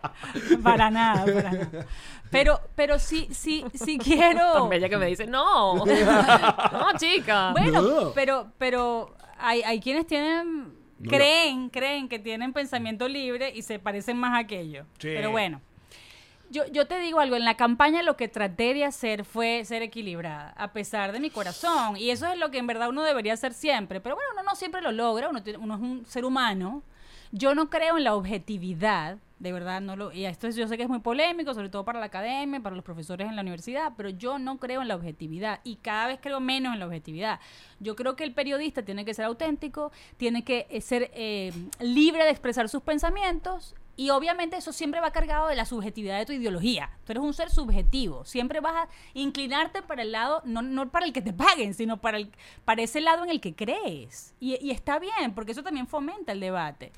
Speaker 4: Para nada, para nada. Pero, pero sí, sí, sí quiero.
Speaker 3: Tan bella que me dice, no, no, chica.
Speaker 4: Bueno,
Speaker 5: No.
Speaker 4: pero, pero hay, hay quienes tienen,
Speaker 5: No.
Speaker 4: creen, creen que tienen pensamiento libre y se parecen más a aquello.
Speaker 5: Sí.
Speaker 4: Pero bueno. Yo, yo te digo algo, en la campaña lo que traté de hacer fue ser equilibrada, a pesar de mi corazón. Y eso es lo que en verdad uno debería hacer siempre. Pero bueno, uno no siempre lo logra, uno, tiene- uno es un ser humano. Yo no creo en la objetividad, de verdad, no lo, y esto es- yo sé que es muy polémico, sobre todo para la academia, para los profesores en la universidad, pero yo no creo en la objetividad y cada vez creo menos en la objetividad. Yo creo que el periodista tiene que ser auténtico, tiene que eh, ser eh, libre de expresar sus pensamientos y obviamente eso siempre va cargado de la subjetividad de tu ideología. Tú eres un ser subjetivo. Siempre vas a inclinarte para el lado, no, no para el que te paguen, sino para, el, para ese lado en el que crees. Y, y está bien, porque eso también fomenta el debate.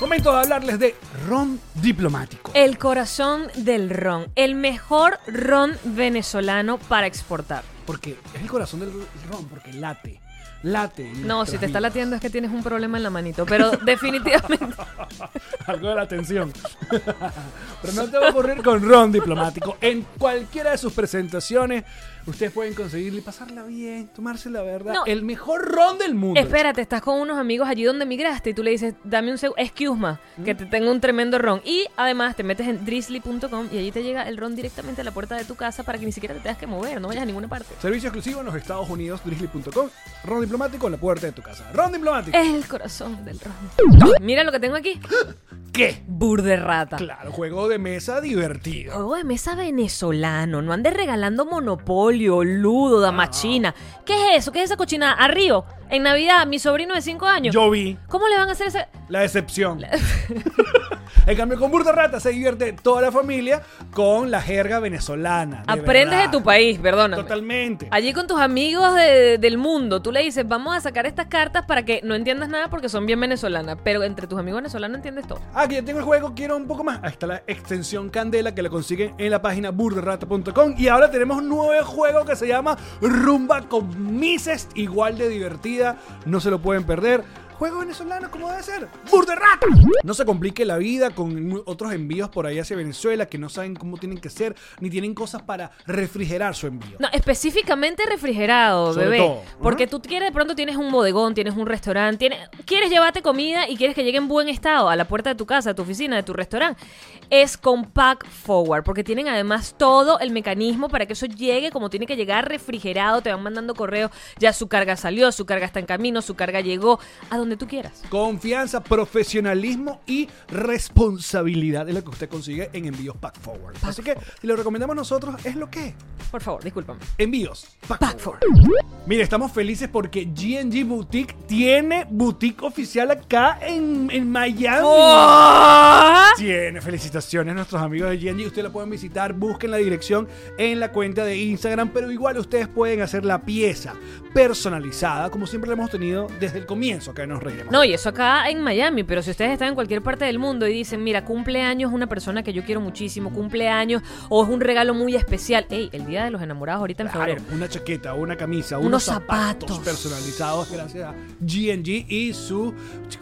Speaker 5: Momento de hablarles de ron diplomático.
Speaker 3: El corazón del ron, el mejor ron venezolano para exportar.
Speaker 5: Porque es el corazón del ron, porque late. Late. en
Speaker 3: No,
Speaker 5: nuestras
Speaker 3: si te está
Speaker 5: vidas.
Speaker 3: latiendo es que tienes un problema en la manito, pero definitivamente
Speaker 5: Algo de la atención. Pero no te va a ocurrir con ron diplomático. En cualquiera de sus presentaciones, ustedes pueden conseguirle, pasarla bien, tomarse la verdad.
Speaker 3: No.
Speaker 5: El mejor ron del mundo.
Speaker 3: Espérate, estás con unos amigos allí donde migraste y tú le dices, dame un segundo, excuse me, que te tengo un tremendo ron. Y además te metes en drizzly.com y allí te llega el ron directamente a la puerta de tu casa para que ni siquiera te tengas que mover, no vayas a ninguna parte.
Speaker 5: Servicio exclusivo en los Estados Unidos, drizzly.com. Ron diplomático en la puerta de tu casa. Ron diplomático.
Speaker 3: Es el corazón del ron. Mira lo que tengo aquí.
Speaker 5: ¿Qué?
Speaker 3: Burderrata.
Speaker 5: Claro, juego de mesa divertido.
Speaker 3: Juego de mesa venezolano, no andes regalando monopolio, ludo, damachina. ¿Qué es eso? ¿Qué es esa cochinada? Arriba, en Navidad, mi sobrino de 5 años.
Speaker 5: Yo vi
Speaker 3: ¿Cómo le van a hacer ese...?
Speaker 5: la decepción. en cambio, con Burda Rata se divierte toda la familia con la jerga venezolana. de
Speaker 3: Aprendes de
Speaker 5: verdad.
Speaker 3: tu país, perdóname.
Speaker 5: Totalmente.
Speaker 3: Allí con tus amigos de- del mundo, tú le dices, vamos a sacar estas cartas para que no entiendas nada porque son bien venezolanas, pero entre tus amigos venezolanos entiendes todo.
Speaker 5: Ah, que ya tengo el juego, quiero un poco más. Ahí está la extensión Candela que la consiguen en la página burderrata.com. Y ahora tenemos un nuevo juego que se llama Rumba con Mises, igual de divertida, no se lo pueden perder. Juego venezolano como debe ser. ¡Burderrata! No se complique la vida con otros envíos por ahí hacia Venezuela que no saben cómo tienen que ser, ni tienen cosas para refrigerar su envío.
Speaker 3: No, específicamente refrigerado,
Speaker 5: Sobre
Speaker 3: bebé.
Speaker 5: todo.
Speaker 3: Porque
Speaker 5: Ujú.
Speaker 3: tú quieres, de pronto tienes un bodegón, tienes un restaurante, tienes, quieres llevarte comida y quieres que llegue en buen estado a la puerta de tu casa, a tu oficina, de tu restaurante. Es con Pack Forward, porque tienen además todo el mecanismo para que eso llegue como tiene que llegar refrigerado. Te van mandando correos, ya su carga salió, su carga está en camino, su carga llegó, a donde tú quieras.
Speaker 5: Confianza, profesionalismo y responsabilidad es lo que usted consigue en envíos Pack Forward. Así que si lo recomendamos nosotros, es lo que es.
Speaker 3: Por favor, discúlpame.
Speaker 5: Envíos. Pack Forward. Mira, estamos felices porque GNG Boutique tiene boutique oficial acá en, en Miami. Tiene felicitaciones a nuestros amigos de GNG. Ustedes la pueden visitar, busquen la dirección en la cuenta de Instagram, pero igual ustedes pueden hacer la pieza personalizada, como siempre la hemos tenido desde el comienzo, que nos reiremos.
Speaker 3: No, y eso acá en Miami, pero si ustedes están en cualquier parte del mundo y dicen, mira, cumpleaños es una persona que yo quiero muchísimo, cumpleaños o es un regalo muy especial. Ey, el Día de los Enamorados ahorita en
Speaker 5: Claro,
Speaker 3: febrero.
Speaker 5: una chaqueta, una camisa, unos,
Speaker 3: Unos
Speaker 5: zapatos,
Speaker 3: zapatos.
Speaker 5: personalizados gracias a GNG y su,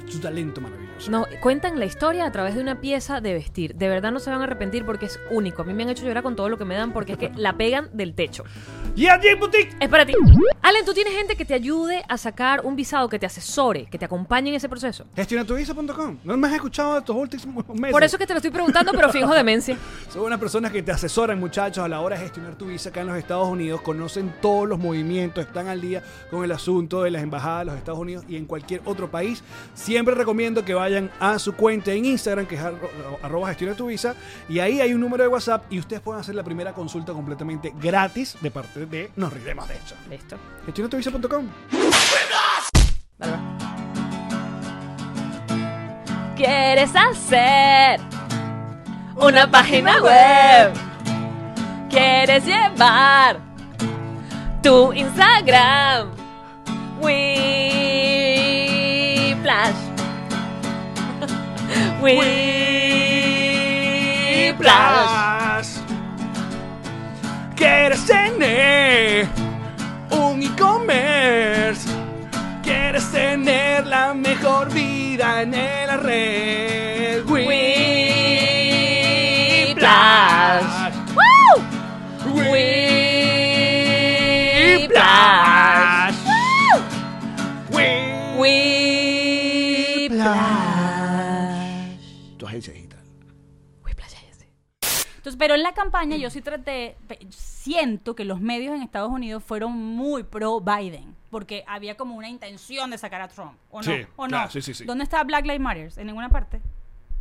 Speaker 5: su talento maravilloso.
Speaker 3: No, cuentan la historia a través de una pieza de vestir. De verdad no se van a arrepentir porque es único. A mí me han hecho llorar con todo lo que me dan porque es que la pegan del techo.
Speaker 5: GNG Boutique.
Speaker 3: Es para ti. Alan, tú tienes gente que te ayude a sacar un visado, que te asesore, que te acompañe en ese proceso.
Speaker 5: Gestionatuvisa.com. No me has escuchado estos últimos meses.
Speaker 3: Por eso es que te lo estoy preguntando, pero finjo demencia.
Speaker 5: Son unas personas que te asesoran, muchachos, a la hora de gestionar tu visa acá en los Estados Unidos. Conocen todos los movimientos, están al día con el asunto de las embajadas de los Estados Unidos y en cualquier otro país. Siempre recomiendo que vayan a su cuenta en Instagram, que es arro- arroba gestiona tu visa. Y ahí hay un número de WhatsApp y ustedes pueden hacer la primera consulta completamente gratis de parte de Nos Riremos de hecho.
Speaker 3: Listo.
Speaker 5: Gestionatuvisa.com.
Speaker 3: ¿Quieres hacer una página web? ¿Quieres llevar tu Instagram? Whiplash. Whiplash.
Speaker 5: ¿Quieres tener un e-commerce? ¿Quieres tener la mejor vida? gané la red.
Speaker 3: Whiplash.
Speaker 5: Whiplash. Whiplash. Tu agencia digital.
Speaker 4: Entonces, pero en la campaña yo sí traté, pe- siento que los medios en Estados Unidos fueron muy pro Biden, porque había como una intención de sacar a Trump, ¿o no?
Speaker 5: Sí,
Speaker 4: ¿O
Speaker 5: claro,
Speaker 4: no?
Speaker 5: sí, sí, sí.
Speaker 4: ¿Dónde está Black Lives Matter? ¿En ninguna parte?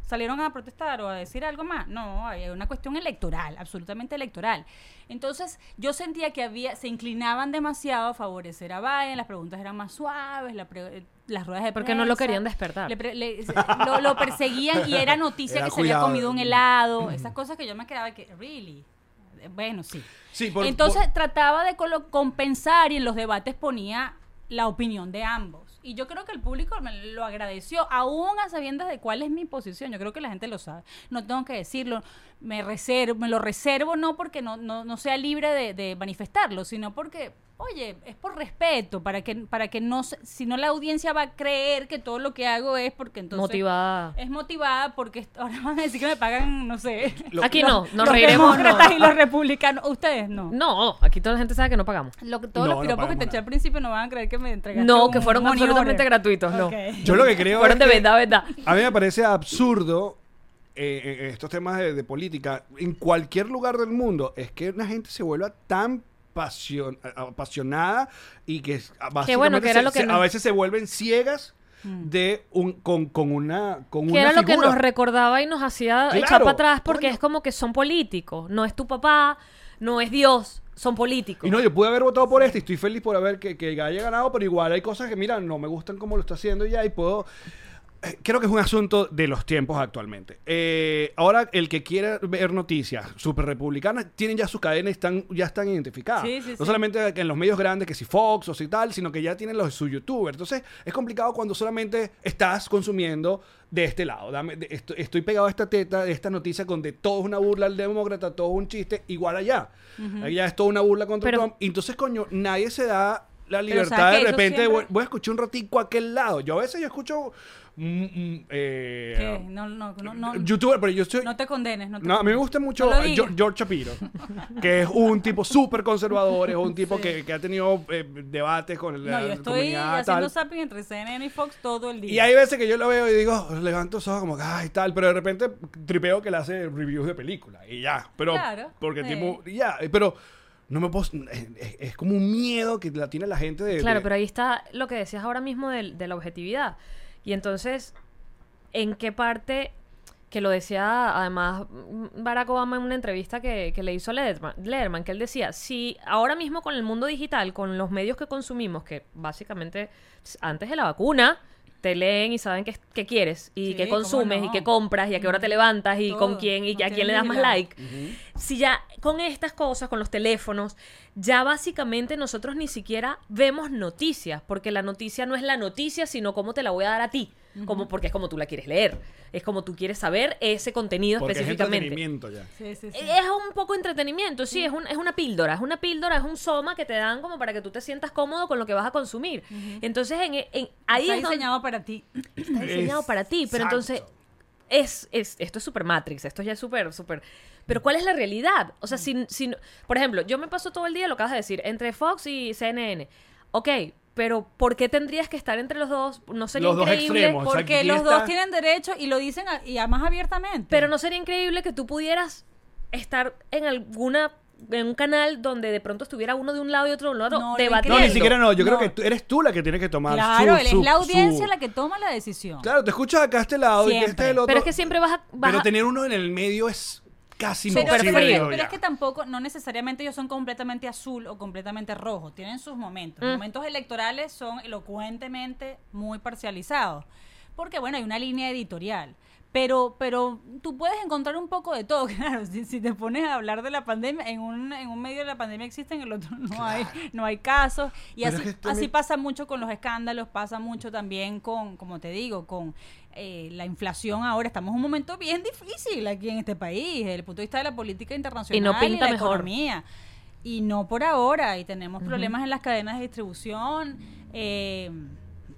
Speaker 4: ¿Salieron a protestar o a decir algo más? No, hay una cuestión electoral, absolutamente electoral. Entonces, yo sentía que había, se inclinaban demasiado a favorecer a Biden, las preguntas eran más suaves, la pre- eh, las ruedas de
Speaker 3: Porque no lo
Speaker 4: prensa,
Speaker 3: querían despertar.
Speaker 4: le pre- le- se- lo, lo perseguían y era noticia
Speaker 5: Era
Speaker 4: que se había
Speaker 5: cuidado.
Speaker 4: comido un helado, esas cosas que yo me quedaba que, really. Eh, Bueno, sí.
Speaker 5: Sí, por-
Speaker 4: Entonces
Speaker 5: por-
Speaker 4: trataba de colo- compensar y en los debates ponía la opinión de ambos. Y yo creo que el público me lo agradeció, aún a sabiendas de cuál es mi posición. Yo creo que la gente lo sabe. No tengo que decirlo. Me reservo, me lo reservo no porque no, no, no sea libre de, de manifestarlo, sino porque, oye, es por respeto, para que, para que no, se- si no la audiencia va a creer que todo lo que hago es porque entonces...
Speaker 3: Motivada.
Speaker 4: Es motivada porque est- ahora van a decir que me pagan, no sé.
Speaker 5: Lo-
Speaker 3: Aquí no, nos
Speaker 4: los
Speaker 3: reiremos.
Speaker 4: demócratas y
Speaker 3: No.
Speaker 4: los republicanos. Ustedes no.
Speaker 3: No, aquí toda la gente sabe que no pagamos.
Speaker 4: Lo, que- todos
Speaker 5: No, no
Speaker 4: los piropos que
Speaker 5: pagamos
Speaker 4: te eché
Speaker 5: nada.
Speaker 4: al principio no van a creer que me entregaste.
Speaker 3: No,
Speaker 4: un
Speaker 3: que fueron
Speaker 4: money
Speaker 3: absolutamente
Speaker 4: order.
Speaker 3: gratuitos, no.
Speaker 4: Ok.
Speaker 5: Yo lo que creo.
Speaker 3: Fueron de
Speaker 5: es que-
Speaker 3: verdad, verdad.
Speaker 5: A mí me parece absurdo eh, eh, estos temas de, de política en cualquier lugar del mundo. Es que la gente se vuelva tan pasion- a- apasionada y que es- a- básicamente
Speaker 3: bueno, que era
Speaker 5: se-
Speaker 3: lo que
Speaker 5: se-
Speaker 3: no-
Speaker 5: a veces se vuelven ciegas de un, con, con una con
Speaker 3: Que
Speaker 5: una
Speaker 3: era lo que
Speaker 5: figura.
Speaker 3: nos recordaba y nos hacía
Speaker 5: Claro,
Speaker 3: echar para atrás porque
Speaker 5: coño.
Speaker 3: es como que son políticos. No es tu papá, no es Dios, son políticos.
Speaker 5: y no, yo pude haber votado por este y estoy feliz por haber que, que haya ganado, pero igual hay cosas que, mira, no me gustan como lo está haciendo ya y puedo... eh, Creo que es un asunto de los tiempos actualmente. Eh, ahora, el que quiera ver noticias super republicanas, tienen ya sus cadenas, están, ya están identificadas.
Speaker 4: Sí, sí,
Speaker 5: no
Speaker 4: sí.
Speaker 5: solamente en los medios grandes, que si Fox o si tal, sino que ya tienen los de su youtuber. Entonces, es complicado cuando solamente estás consumiendo de este lado. Dame- de- esto- estoy pegado a esta teta, de esta noticia donde todo es una burla al demócrata, todo es un chiste, igual allá. Allá es toda una burla contra
Speaker 3: Pero-
Speaker 5: Trump. Y entonces, coño, nadie se da la
Speaker 4: Pero
Speaker 5: libertad
Speaker 4: ¿sabes
Speaker 5: de
Speaker 4: que eso
Speaker 5: repente de, voy-
Speaker 4: siempre-
Speaker 5: voy a escuchar un ratico a aquel lado. Yo a veces yo escucho... mm, mm, eh,
Speaker 4: ¿Qué? No, no, no, no,
Speaker 5: youtuber, pero yo estoy...
Speaker 4: no te condenes. No, te
Speaker 5: No, a mí me
Speaker 4: condenes.
Speaker 5: gusta mucho
Speaker 4: No lo
Speaker 5: eh,
Speaker 4: digas.
Speaker 5: Gio- George Shapiro, que es un tipo súper conservador, es un tipo que, que ha tenido eh, debates con la
Speaker 4: No, yo estoy
Speaker 5: comunidad. Tal.
Speaker 4: haciendo zapping entre CNN y Fox todo el día.
Speaker 5: Y hay veces que yo lo veo y digo, levanto los ojos como, que, ay, tal, pero de repente tripeo que le hace reviews de películas y ya. Pero,
Speaker 4: Claro,
Speaker 5: porque el
Speaker 4: sí.
Speaker 5: tipo, y ya, eh, pero no me puedo, es, es- es como un miedo que la tiene la gente de...
Speaker 3: Claro,
Speaker 5: de-
Speaker 3: pero ahí está lo que decías ahora mismo del- de, la objetividad. Y entonces, ¿en qué parte? Que lo decía además mm, Barack Obama en una entrevista que, que le hizo a Lederman, Lederman, que él decía, si ahora mismo con el mundo digital, con los medios que consumimos, que básicamente s- antes de la vacuna, te leen y saben qué, qué quieres y
Speaker 4: Sí,
Speaker 3: qué
Speaker 4: ¿cómo
Speaker 3: consumes
Speaker 4: no?
Speaker 3: y qué compras y a qué hora te levantas y con
Speaker 4: Todo.
Speaker 3: quién y
Speaker 4: Nos
Speaker 3: a quién le
Speaker 4: tienen
Speaker 3: das más
Speaker 4: vigilados.
Speaker 3: like. Si ya con estas cosas, con los teléfonos, ya básicamente nosotros ni siquiera vemos noticias, porque la noticia no es la noticia, sino cómo te la voy a dar a ti, como porque es como tú la quieres leer, es como tú quieres saber ese contenido
Speaker 5: porque es
Speaker 3: específicamente.
Speaker 5: entretenimiento ya.
Speaker 4: Sí, sí, sí.
Speaker 3: Es un poco entretenimiento, sí, es, un- es una píldora, es una píldora, es un soma que te dan como para que tú te sientas cómodo con lo que vas a consumir. Entonces, en, en- ahí
Speaker 4: Está
Speaker 3: es donde-
Speaker 4: diseñado para ti.
Speaker 3: está diseñado para ti, pero
Speaker 5: Exacto.
Speaker 3: entonces es, es esto es super Matrix, esto ya es super super. Pero ¿cuál es la realidad? O sea,
Speaker 5: Mm.
Speaker 3: si, si no- por ejemplo, yo me paso todo el día, lo acabas de decir, entre Fox y CNN. Ok, pero ¿por qué tendrías que estar entre los dos? No sería
Speaker 5: Los dos
Speaker 3: increíble.
Speaker 5: extremos. O sea,
Speaker 4: Porque
Speaker 5: aquí
Speaker 4: los
Speaker 5: está-
Speaker 4: dos tienen derecho y lo dicen a- y además abiertamente.
Speaker 3: Pero no sería increíble que tú pudieras estar en alguna en un canal donde de pronto estuviera uno de un lado y otro de un lado
Speaker 4: No, lo
Speaker 3: debatiendo.
Speaker 5: No, ni siquiera no, yo
Speaker 4: No.
Speaker 5: creo que tú- eres tú la que tienes que tomar
Speaker 4: Claro,
Speaker 5: su-
Speaker 4: él-
Speaker 5: su-
Speaker 4: es la audiencia
Speaker 5: su-
Speaker 4: la que toma la decisión.
Speaker 5: Claro, te escuchas acá a este lado y que este
Speaker 4: Siempre.
Speaker 5: es el otro.
Speaker 3: Pero es que siempre vas a, vas
Speaker 5: Pero
Speaker 3: a-
Speaker 5: tener uno en el medio es casi
Speaker 4: Pero,
Speaker 5: imposible.
Speaker 4: pero-
Speaker 3: frío,
Speaker 5: yo
Speaker 4: pero
Speaker 5: ya.
Speaker 4: es que tampoco, no necesariamente ellos son completamente azul o completamente rojo, tienen sus momentos. Los momentos electorales son elocuentemente muy parcializados, porque bueno, hay una línea editorial. Pero, pero tú puedes encontrar un poco de todo, claro, si, si te pones a hablar de la pandemia, en un, en un medio de la pandemia existe, en el otro no hay, no hay casos. Y
Speaker 5: Pero
Speaker 4: así,
Speaker 5: es que también-
Speaker 4: así pasa mucho con los escándalos, pasa mucho también con, como te digo, con eh, la inflación ahora. Estamos en un momento bien difícil aquí en este país, desde el punto de vista de la política internacional
Speaker 3: Y no pinta
Speaker 4: la
Speaker 3: mejor.
Speaker 4: economía. Y no por ahora, y tenemos problemas en las cadenas de distribución. eh,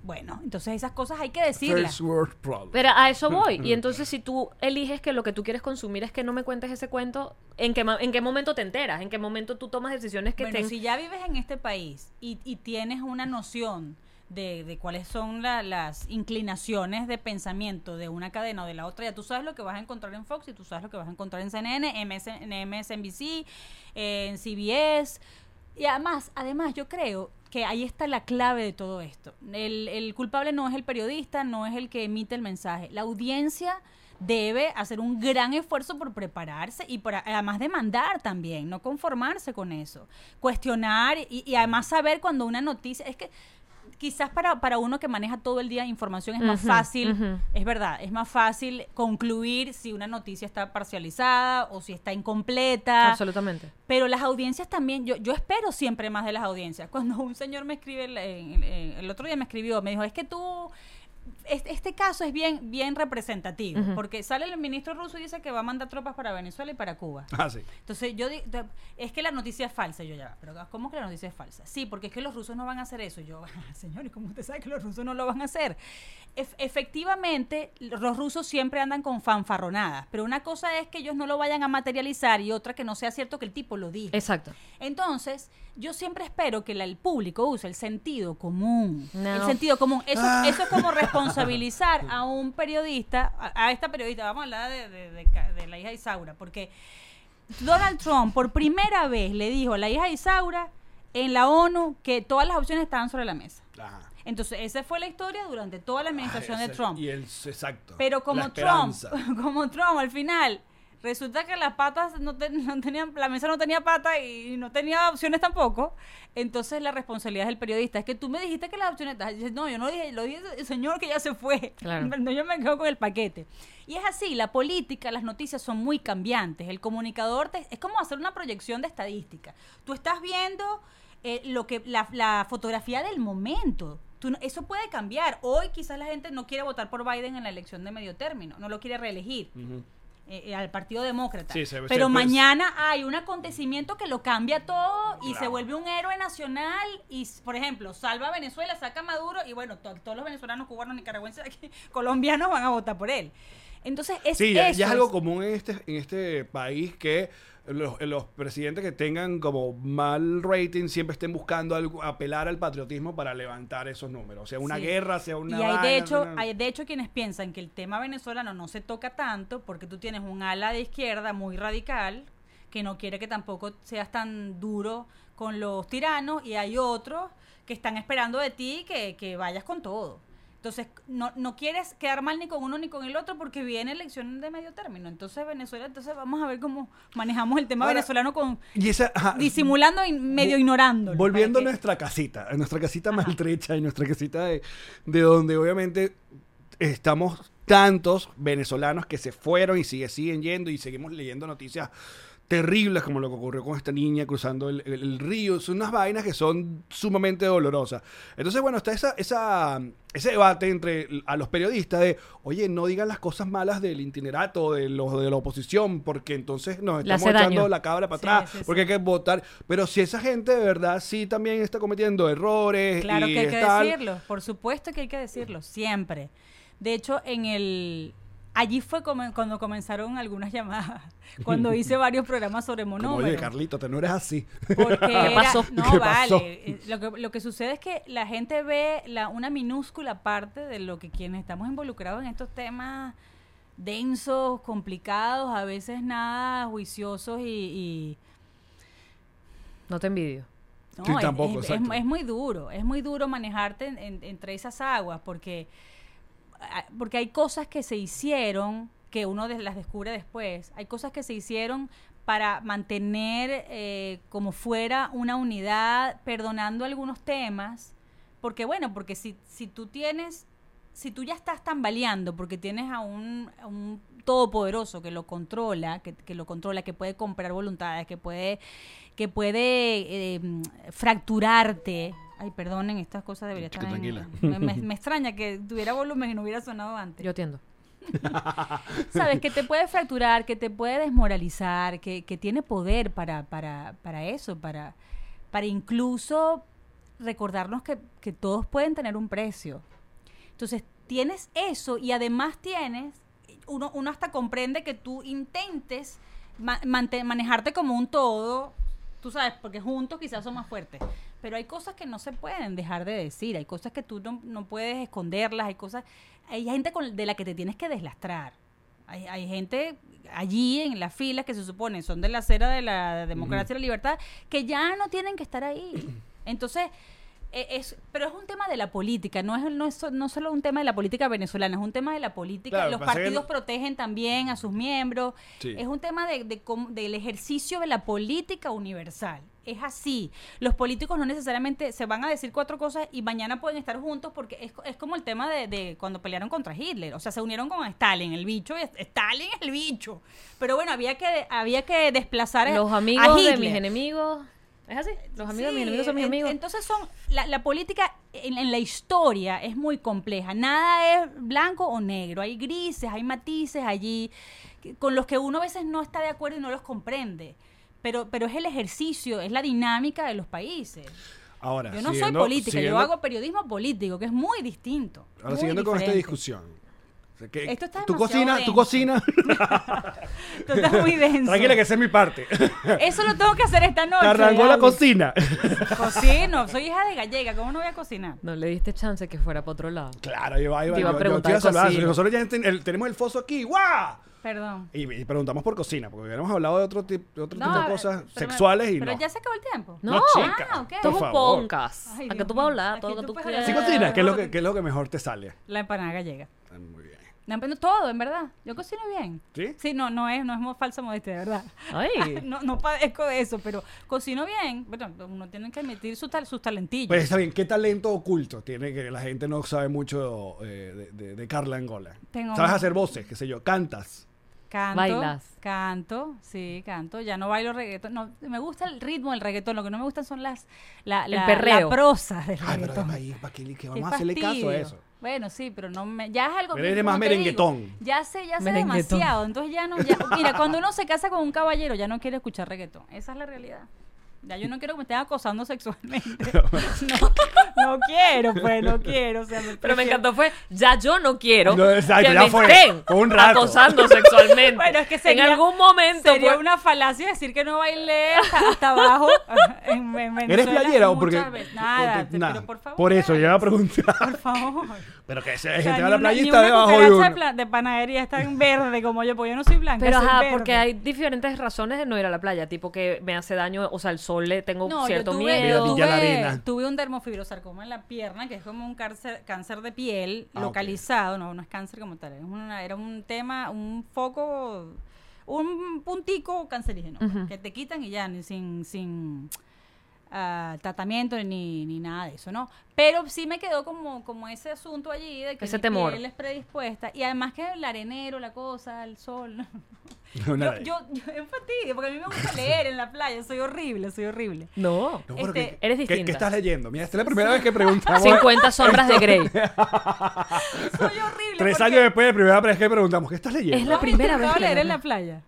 Speaker 4: Bueno, entonces esas cosas hay que decirlas.
Speaker 5: First world problem.
Speaker 3: Pero a eso
Speaker 5: Mm,
Speaker 3: voy. Y entonces si tú eliges que lo que tú quieres consumir es que no me cuentes ese cuento, ¿en qué, ma- en qué momento te enteras? ¿En qué momento tú tomas decisiones que
Speaker 4: bueno,
Speaker 3: te...
Speaker 4: si ya vives en este país y, y tienes una noción de, de cuáles son la- las inclinaciones de pensamiento de una cadena o de la otra, ya tú sabes lo que vas a encontrar en Fox y tú sabes lo que vas a encontrar en CNN, MS, en MSNBC, eh, en CBS. Y además, además, yo creo que ahí está la clave de todo esto. El, el culpable no es el periodista, no es el que emite el mensaje. La audiencia debe hacer un gran esfuerzo por prepararse y por a- además demandar también, no conformarse con eso. Cuestionar y, y además saber cuando una noticia... Es que quizás para, para uno que maneja todo el día información es más
Speaker 3: Ujú,
Speaker 4: fácil,
Speaker 3: ujú.
Speaker 4: es verdad, es más fácil concluir si una noticia está parcializada o si está incompleta.
Speaker 3: Absolutamente.
Speaker 4: Pero las audiencias también, yo, yo espero siempre más de las audiencias. Cuando un señor me escribe, el, en- en- el otro día me escribió, me dijo, es que tú, es- este caso es bien, bien representativo,
Speaker 3: Ujú.
Speaker 4: porque sale el ministro ruso y dice que va a mandar tropas para Venezuela y para Cuba.
Speaker 5: Ah, sí.
Speaker 4: Entonces yo digo, es que la noticia es falsa, Y yo ya, va, pero ah, ¿cómo que la noticia es falsa? Sí, porque es que los rusos no van a hacer eso. Y yo, ah, señores, como usted sabe que los rusos no lo van a hacer? Ef- efectivamente, los rusos siempre andan con fanfarronadas, pero una cosa es que ellos no lo vayan a materializar y otra que no sea cierto que el tipo lo diga.
Speaker 3: Exacto.
Speaker 4: Entonces, yo siempre espero que la- el público use el sentido común.
Speaker 3: No.
Speaker 4: El sentido común. Eso, eso es como responsabilizar a un periodista, a, a esta periodista, vamos a hablar de, de- de Ca- de la hija de Isaura, porque Donald Trump por primera vez le dijo a la hija de Isaura en la ONU que todas las opciones estaban sobre la mesa.
Speaker 5: Ajá.
Speaker 4: Entonces, esa fue la historia durante toda la administración
Speaker 5: Ah,
Speaker 4: de
Speaker 5: ese-
Speaker 4: Trump.
Speaker 5: Y el, exacto.
Speaker 4: Pero como
Speaker 5: La
Speaker 4: Trump,
Speaker 5: esperanza.
Speaker 4: como Trump al final, resulta que las patas no, te- no tenían, la mesa no tenía pata y no tenía opciones tampoco. Entonces la responsabilidad es del periodista. Es que tú me dijiste que las opciones, estaban. Y dices, no, yo no dije, lo dije el señor que ya se fue.
Speaker 3: Claro.
Speaker 4: No, yo me quedo con el paquete. Y es así, la política, las noticias son muy cambiantes. El comunicador te- es como hacer una proyección de estadística. Tú estás viendo eh, lo que la, la fotografía del momento. Tú no- eso puede cambiar. Hoy quizás la gente no quiere votar por Biden en la elección de medio término, no lo quiere reelegir. eh, eh, al Partido Demócrata.
Speaker 5: Sí, se- se-
Speaker 4: Pero
Speaker 5: pues-
Speaker 4: mañana hay un acontecimiento que lo cambia todo y se vuelve un héroe nacional y, s- por ejemplo, salva a Venezuela, saca a Maduro y bueno, to- todos los venezolanos, cubanos, nicaragüenses, aquí, colombianos van a votar por él. Entonces, es
Speaker 5: Sí, ya,
Speaker 4: eso,
Speaker 5: ya es algo
Speaker 4: es-
Speaker 5: común en este, en este país que los, los presidentes que tengan como mal rating siempre estén buscando algo, apelar al patriotismo para levantar esos números. O sea, una
Speaker 4: Sí.
Speaker 5: guerra, sea una...
Speaker 4: y hay
Speaker 5: vaina,
Speaker 4: de hecho
Speaker 5: una-
Speaker 4: hay de hecho quienes piensan que el tema venezolano no se toca tanto porque tú tienes un ala de izquierda muy radical que no quiere que tampoco seas tan duro con los tiranos y hay otros que están esperando de ti que, que vayas con todo entonces no, no quieres quedar mal ni con uno ni con el otro porque viene elección de medio término entonces Venezuela entonces vamos a ver cómo manejamos el tema
Speaker 5: Ahora-
Speaker 4: venezolano con
Speaker 5: Y esa- ajá,
Speaker 4: disimulando y medio
Speaker 5: Vo-
Speaker 4: ignorando
Speaker 5: Volviendo a nuestra casita, a nuestra casita maltrecha y nuestra casita de, de donde obviamente estamos tantos venezolanos que se fueron y sigue, siguen yendo y seguimos leyendo noticias terribles como lo que ocurrió con esta niña cruzando el, el- el río. Son unas vainas que son sumamente dolorosas. Entonces, bueno, está esa, esa, ese debate entre l- a los periodistas de, oye, no digan las cosas malas del itinerato, de los de la oposición, porque entonces nos
Speaker 3: Le
Speaker 5: estamos
Speaker 3: hace daño.
Speaker 5: echando la cabra para
Speaker 4: Sí,
Speaker 5: atrás,
Speaker 4: sí, sí.
Speaker 5: porque hay que votar. Pero si esa gente de verdad sí también está cometiendo errores.
Speaker 4: Claro
Speaker 5: y
Speaker 4: que hay que
Speaker 5: están-
Speaker 4: decirlo, por supuesto que hay que decirlo, siempre. De hecho, en el allí fue como- cuando comenzaron algunas llamadas, cuando hice varios programas sobre
Speaker 5: Como, oye,
Speaker 4: monómeros.
Speaker 5: Carlito, te no eres así.
Speaker 4: Porque era-
Speaker 3: pasó?
Speaker 4: No,
Speaker 5: ¿Qué
Speaker 4: vale.
Speaker 5: pasó?
Speaker 4: Eh, Lo que, lo que sucede es que la gente ve la, una minúscula parte de lo que quienes estamos involucrados en estos temas densos, complicados, a veces nada juiciosos y- y
Speaker 3: No te envidio.
Speaker 4: No,
Speaker 5: Sí,
Speaker 4: es-
Speaker 5: tampoco,
Speaker 4: es, es-
Speaker 5: exacto.
Speaker 4: es muy duro, es muy duro manejarte en- en- entre esas aguas porque, ah, porque hay cosas que se hicieron que uno des- las descubre después, hay cosas que se hicieron para mantener eh, como fuera una unidad, perdonando algunos temas, porque bueno, porque si, si tú tienes, si tú ya estás tambaleando porque tienes a un, a un todopoderoso que lo controla, que, que lo controla, que puede comprar voluntades, que puede que puede eh, mm, fracturarte. Ay, perdonen, estas cosas deberían estar
Speaker 5: Chica,
Speaker 4: en-
Speaker 5: tranquila.
Speaker 4: Me, me- me extraña que tuviera volumen y no hubiera sonado antes.
Speaker 3: Yo entiendo.
Speaker 4: Sabes, que te puede fracturar, que te puede desmoralizar, que, que tiene poder para, para, para eso, para, para incluso recordarnos que, que todos pueden tener un precio. Entonces, tienes eso y además tienes, uno, uno hasta comprende que tú intentes ma- mante- manejarte como un todo, tú sabes, porque juntos quizás son más fuertes. Pero hay cosas que no se pueden dejar de decir, hay cosas que tú no, no puedes esconderlas, hay cosas, hay gente con- de la que te tienes que deslastrar. Hay, hay gente allí en las filas que se supone son de la acera de la democracia y la libertad que ya no tienen que estar ahí. Entonces, e- es, pero es un tema de la política, no es, no es so- no solo un tema de la política venezolana, es un tema de la política.
Speaker 5: Claro,
Speaker 4: Los
Speaker 5: pasa que
Speaker 4: partidos
Speaker 5: no-
Speaker 4: protegen también a sus miembros.
Speaker 5: Sí.
Speaker 4: Es un tema de, de cómo- del ejercicio de la política universal. Es así. Los políticos no necesariamente se van a decir cuatro cosas y mañana pueden estar juntos porque es, co- es como el tema de, de cuando pelearon contra Hitler. O sea, se unieron con Stalin, el bicho. y es- Stalin es el bicho. Pero bueno, había que, había que desplazar a-
Speaker 3: Los
Speaker 4: a
Speaker 3: amigos de
Speaker 4: Hitler.
Speaker 3: mis enemigos. ¿Es así? Los amigos de mis
Speaker 4: Sí,
Speaker 3: enemigos son mis
Speaker 4: en-
Speaker 3: amigos.
Speaker 4: Entonces son la, la política en, en la historia es muy compleja. Nada es blanco o negro. Hay grises, hay matices allí que- con los que uno a veces no está de acuerdo y no los comprende. Pero, pero es el ejercicio, es la dinámica de los países.
Speaker 5: Ahora,
Speaker 4: Yo no soy
Speaker 5: siguiendo-
Speaker 4: política,
Speaker 5: siguiendo-
Speaker 4: yo hago periodismo político, que es muy distinto.
Speaker 5: Ahora,
Speaker 4: muy
Speaker 5: siguiendo con esta
Speaker 4: diferente.
Speaker 5: discusión. O sea, que-
Speaker 4: Esto está
Speaker 5: tú
Speaker 4: demasiado
Speaker 5: cocinas, tú
Speaker 4: denso.
Speaker 5: cocinas.
Speaker 4: Esto está muy denso.
Speaker 5: Tranquila, que esa es mi parte.
Speaker 4: Eso lo tengo que hacer esta noche.
Speaker 5: Carrangó la
Speaker 4: Gaby.
Speaker 5: cocina.
Speaker 4: Cocino, soy hija de gallega, ¿cómo no voy a cocinar?
Speaker 3: No le diste chance que fuera para otro lado.
Speaker 5: Claro, yo iba,
Speaker 3: Te iba a
Speaker 5: yo- yo
Speaker 3: preguntar
Speaker 5: iba a
Speaker 3: de
Speaker 5: saludar.
Speaker 3: cocina.
Speaker 5: Nosotros ya ten- el- tenemos el foso aquí, ¡guau!
Speaker 4: Perdón.
Speaker 5: Y, y preguntamos por cocina, porque hubiéramos hablado de otro, tip- de otro
Speaker 4: No,
Speaker 5: tipo de
Speaker 4: pero-
Speaker 5: cosas
Speaker 4: pero-
Speaker 5: sexuales y
Speaker 4: pero
Speaker 5: no.
Speaker 4: ya se acabó el tiempo.
Speaker 3: No,
Speaker 5: chica,
Speaker 4: Ah, ok.
Speaker 3: Esto
Speaker 5: por
Speaker 3: es un
Speaker 5: favor.
Speaker 3: podcast.
Speaker 4: Ay,
Speaker 3: Acá
Speaker 4: Dios
Speaker 3: tú puedes
Speaker 4: mío.
Speaker 3: hablar todo
Speaker 4: Aquí
Speaker 3: lo que tú
Speaker 4: tú puedes
Speaker 3: quieras.
Speaker 5: Sí,
Speaker 4: hablar.
Speaker 5: cocina, ¿qué es, lo que, qué es lo que mejor te sale?
Speaker 4: La empanada gallega.
Speaker 5: Ah, Muy bien.
Speaker 4: La empanada- todo, en verdad. Yo cocino bien.
Speaker 5: ¿Sí?
Speaker 4: no, no es, no es mo- falsa modestia, de verdad.
Speaker 5: pues,
Speaker 3: Ay.
Speaker 4: No, no padezco de eso, pero cocino bien. Bueno, uno tiene que admitir su tal- sus talentillos.
Speaker 5: Pues está bien, ¿qué talento oculto tiene que la gente no sabe mucho eh, de, de- de Carla Angola?
Speaker 4: Tengo
Speaker 5: ¿Sabes
Speaker 4: un-
Speaker 5: hacer voces, qué sé yo? ¿Cantas?
Speaker 4: canto.
Speaker 3: bailas.
Speaker 4: Canto, sí, canto. Ya no bailo reggaetón. No, me gusta el ritmo del reggaetón. Lo que no me gustan son las. La, la,
Speaker 3: perreo.
Speaker 4: La prosa
Speaker 5: Ay,
Speaker 4: del
Speaker 5: pero
Speaker 4: reggaetón.
Speaker 5: ahí, ¿para qué, le- que
Speaker 4: Qué
Speaker 5: vamos a hacerle caso a
Speaker 4: fastidio.
Speaker 5: eso?
Speaker 4: Bueno, sí, pero no me, ya es algo
Speaker 5: Pero eres
Speaker 4: como
Speaker 5: más
Speaker 4: te digo,
Speaker 5: merenguetón.
Speaker 4: ya sé, ya sé
Speaker 3: Merenguetón.
Speaker 4: demasiado. Entonces ya no. ya- mira, cuando uno se casa con un caballero, ya no quiere escuchar reggaetón. Esa es la realidad. Ya yo no quiero que me estén acosando sexualmente. No, no quiero, pues, no quiero. O sea, me
Speaker 3: Pero me
Speaker 4: prefiero-
Speaker 3: encantó fue, ya yo no quiero
Speaker 5: No, exacto,
Speaker 3: que
Speaker 5: ya
Speaker 3: me
Speaker 5: fue.
Speaker 3: estén
Speaker 5: Fue un rato.
Speaker 3: acosando sexualmente.
Speaker 4: Bueno, es que sería,
Speaker 3: en algún momento
Speaker 4: sería
Speaker 3: fue-
Speaker 4: una falacia decir que no bailé hasta, hasta abajo. en- en
Speaker 5: ¿Eres
Speaker 4: Venezuela
Speaker 5: playera o porque.?
Speaker 4: muchas veces. Nada,
Speaker 5: porque-
Speaker 4: te-
Speaker 5: nada.
Speaker 4: pero por favor.
Speaker 5: Por eso, yo
Speaker 4: ya,
Speaker 5: iba a preguntar.
Speaker 4: Por favor.
Speaker 5: Pero que se,
Speaker 4: O sea,
Speaker 5: gente va
Speaker 4: ni
Speaker 5: a la
Speaker 4: una-
Speaker 5: playa y
Speaker 4: ni
Speaker 5: está
Speaker 4: una
Speaker 5: debajo de
Speaker 4: cucaracha
Speaker 5: uno.
Speaker 4: De, pla- de panadería está en verde como yo, porque yo no soy blanca.
Speaker 3: Pero
Speaker 4: soy
Speaker 3: ajá,
Speaker 4: verde.
Speaker 3: porque hay diferentes razones de no ir a la playa. Tipo que me hace daño, o sea, el sol le tengo
Speaker 4: No,
Speaker 3: Oh, cierto
Speaker 4: yo tuve,
Speaker 3: miedo.
Speaker 4: yo
Speaker 5: Mira, ya la arena.
Speaker 4: tuve, tuve un dermofibrosarcoma en la pierna, que es como un cáncer, cáncer de piel
Speaker 5: Ah, ok.
Speaker 4: localizado, no, no es cáncer como tal, es una- era un tema, un foco, un puntico cancerígeno, pues,
Speaker 3: Ujú.
Speaker 4: que te quitan y ya, ni sin, sin ah, tratamiento ni, ni nada de eso, ¿no? Pero sí me quedó como, como ese asunto allí de que
Speaker 3: Ese
Speaker 4: mi
Speaker 3: temor.
Speaker 4: piel es predispuesta, y además que el arenero, la cosa, el sol...
Speaker 5: Una
Speaker 4: Yo,
Speaker 5: de-
Speaker 4: yo, yo es fastidio, porque a mí me gusta leer en la playa, soy horrible, soy horrible.
Speaker 3: No.
Speaker 5: No, pero
Speaker 4: este,
Speaker 5: ¿qué-
Speaker 3: eres
Speaker 5: qué- ¿qué,
Speaker 3: distinta.
Speaker 5: estás leyendo? Mira, esta es la primera vez que preguntamos.
Speaker 3: 50 sombras de Grey.
Speaker 4: Soy horrible.
Speaker 5: Tres
Speaker 4: porque
Speaker 5: años después, la primera vez que preguntamos, ¿qué estás leyendo?
Speaker 3: Es
Speaker 4: no
Speaker 3: la
Speaker 4: he
Speaker 3: primera vez
Speaker 4: intentado
Speaker 3: que la
Speaker 4: leer en
Speaker 3: veo.
Speaker 4: la playa.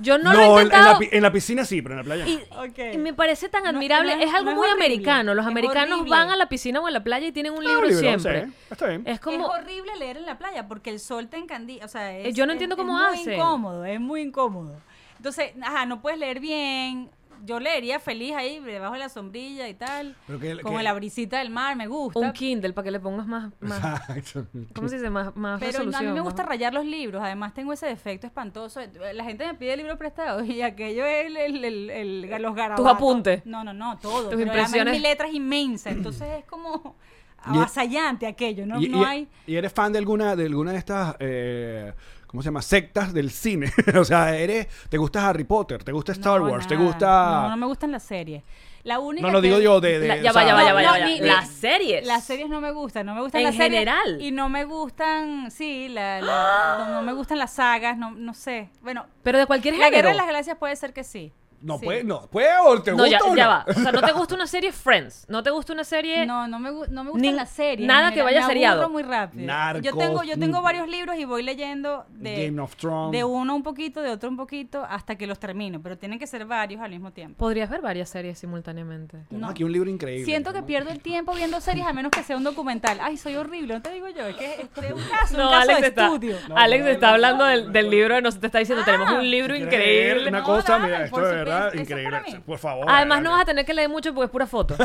Speaker 3: Yo no, lo he
Speaker 5: No, en, en la,
Speaker 3: intentado.
Speaker 5: pi- en la piscina sí, pero en la playa. no.
Speaker 3: Y,
Speaker 4: Ok.
Speaker 3: y me parece tan
Speaker 4: Eh, No es-
Speaker 3: admirable.
Speaker 4: no
Speaker 3: es,
Speaker 4: es-
Speaker 3: algo
Speaker 4: no es
Speaker 3: muy
Speaker 4: horrible,
Speaker 3: americano. Los
Speaker 4: es
Speaker 3: americanos
Speaker 4: horrible.
Speaker 3: van a la piscina o a la playa y tienen un
Speaker 5: Ah,
Speaker 3: libro
Speaker 5: libro,
Speaker 3: siempre.
Speaker 5: sí, está bien.
Speaker 3: Es como.
Speaker 4: Es horrible leer en la playa porque el sol te encandila. O sea,
Speaker 3: Eh,
Speaker 4: es,
Speaker 3: yo no
Speaker 4: es-
Speaker 3: entiendo
Speaker 4: es
Speaker 3: cómo
Speaker 4: muy
Speaker 3: hacen.
Speaker 4: incómodo, es muy incómodo. Entonces, ajá, no puedes leer bien. Yo leería feliz ahí debajo de la sombrilla y tal.
Speaker 5: Pero que-
Speaker 4: con
Speaker 5: que-
Speaker 4: la brisita del mar, me gusta.
Speaker 3: un Kindle para que le pongas más, más
Speaker 5: Exacto.
Speaker 3: ¿cómo se dice? Más, más
Speaker 4: Pero a
Speaker 3: resolución.
Speaker 4: mí me
Speaker 3: más-
Speaker 4: gusta rayar los libros, además tengo ese defecto espantoso. La gente me pide libros prestados y aquello es el, el- el- el- los garabatos.
Speaker 3: apuntes.
Speaker 4: No, no, no,
Speaker 3: Tus
Speaker 4: todo. pero además
Speaker 3: impresiones.
Speaker 4: mi letra es inmensa, entonces es como
Speaker 5: Y-
Speaker 4: avasallante aquello, ¿no?
Speaker 5: y,
Speaker 4: no
Speaker 5: y-
Speaker 4: hay...
Speaker 5: y eres fan de alguna de alguna de estas eh, ¿cómo se llama? sectas del cine. o sea, eres te gusta Harry Potter, te gusta Star
Speaker 4: no,
Speaker 5: Wars, te
Speaker 4: nada.
Speaker 5: gusta
Speaker 4: No, no me gustan las series. La única
Speaker 5: No, no,
Speaker 4: que-
Speaker 5: digo yo de, de-
Speaker 3: La-
Speaker 5: o
Speaker 3: ya
Speaker 5: sea,
Speaker 3: va, ya va, ya va, ya
Speaker 4: no,
Speaker 3: va, ya
Speaker 4: ni-
Speaker 3: va. Las series.
Speaker 4: Las series no me gustan, no me gustan
Speaker 3: En
Speaker 4: las series.
Speaker 3: general.
Speaker 4: Y no me gustan, sí, la, la- no, no me gustan las sagas, no, no sé. Bueno,
Speaker 3: Pero de cualquier
Speaker 4: la
Speaker 3: género.
Speaker 4: Guerra de las Galaxias puede ser que sí.
Speaker 5: No
Speaker 4: Sí.
Speaker 5: puede, no puede o te
Speaker 3: No,
Speaker 5: gusta
Speaker 3: ya,
Speaker 5: o
Speaker 3: ya
Speaker 5: no.
Speaker 3: va. O sea, no te gusta una serie Friends. No te gusta una serie.
Speaker 4: No, no me, gu- no me
Speaker 3: Ni-
Speaker 4: gustan las series.
Speaker 3: nada
Speaker 4: me-
Speaker 3: que vaya
Speaker 4: me
Speaker 3: seriado.
Speaker 4: aburro muy rápido. yo
Speaker 5: Narcos,
Speaker 4: tengo, yo tengo
Speaker 5: mm.
Speaker 4: varios libros y voy leyendo de,
Speaker 5: Game of Thrones.
Speaker 4: de uno un poquito, de otro un poquito, hasta que los termino. Pero tienen que ser varios al mismo tiempo.
Speaker 3: Podrías ver varias series simultáneamente.
Speaker 5: Tenemos
Speaker 4: No.
Speaker 5: aquí un libro increíble.
Speaker 4: Siento que pierdo el tiempo viendo series a menos que sea un documental. Ay, soy horrible, no te digo yo. Es que este es un caso, un
Speaker 3: No,
Speaker 4: caso
Speaker 3: Alex
Speaker 4: de
Speaker 3: está,
Speaker 4: estudio. Ah.
Speaker 3: Alex está hablando del, del libro de nosotros. Te está diciendo, tenemos un libro
Speaker 5: Si quieres leer
Speaker 3: increíble.
Speaker 5: Una
Speaker 4: No,
Speaker 5: cosa,
Speaker 4: dale,
Speaker 5: mira, esto
Speaker 4: por
Speaker 5: de verdad,
Speaker 4: supuesto, eso
Speaker 5: increíble.
Speaker 4: para mí.
Speaker 5: Por favor.
Speaker 3: Además, no vas a
Speaker 5: adelante.
Speaker 3: tener que leer mucho porque es pura foto.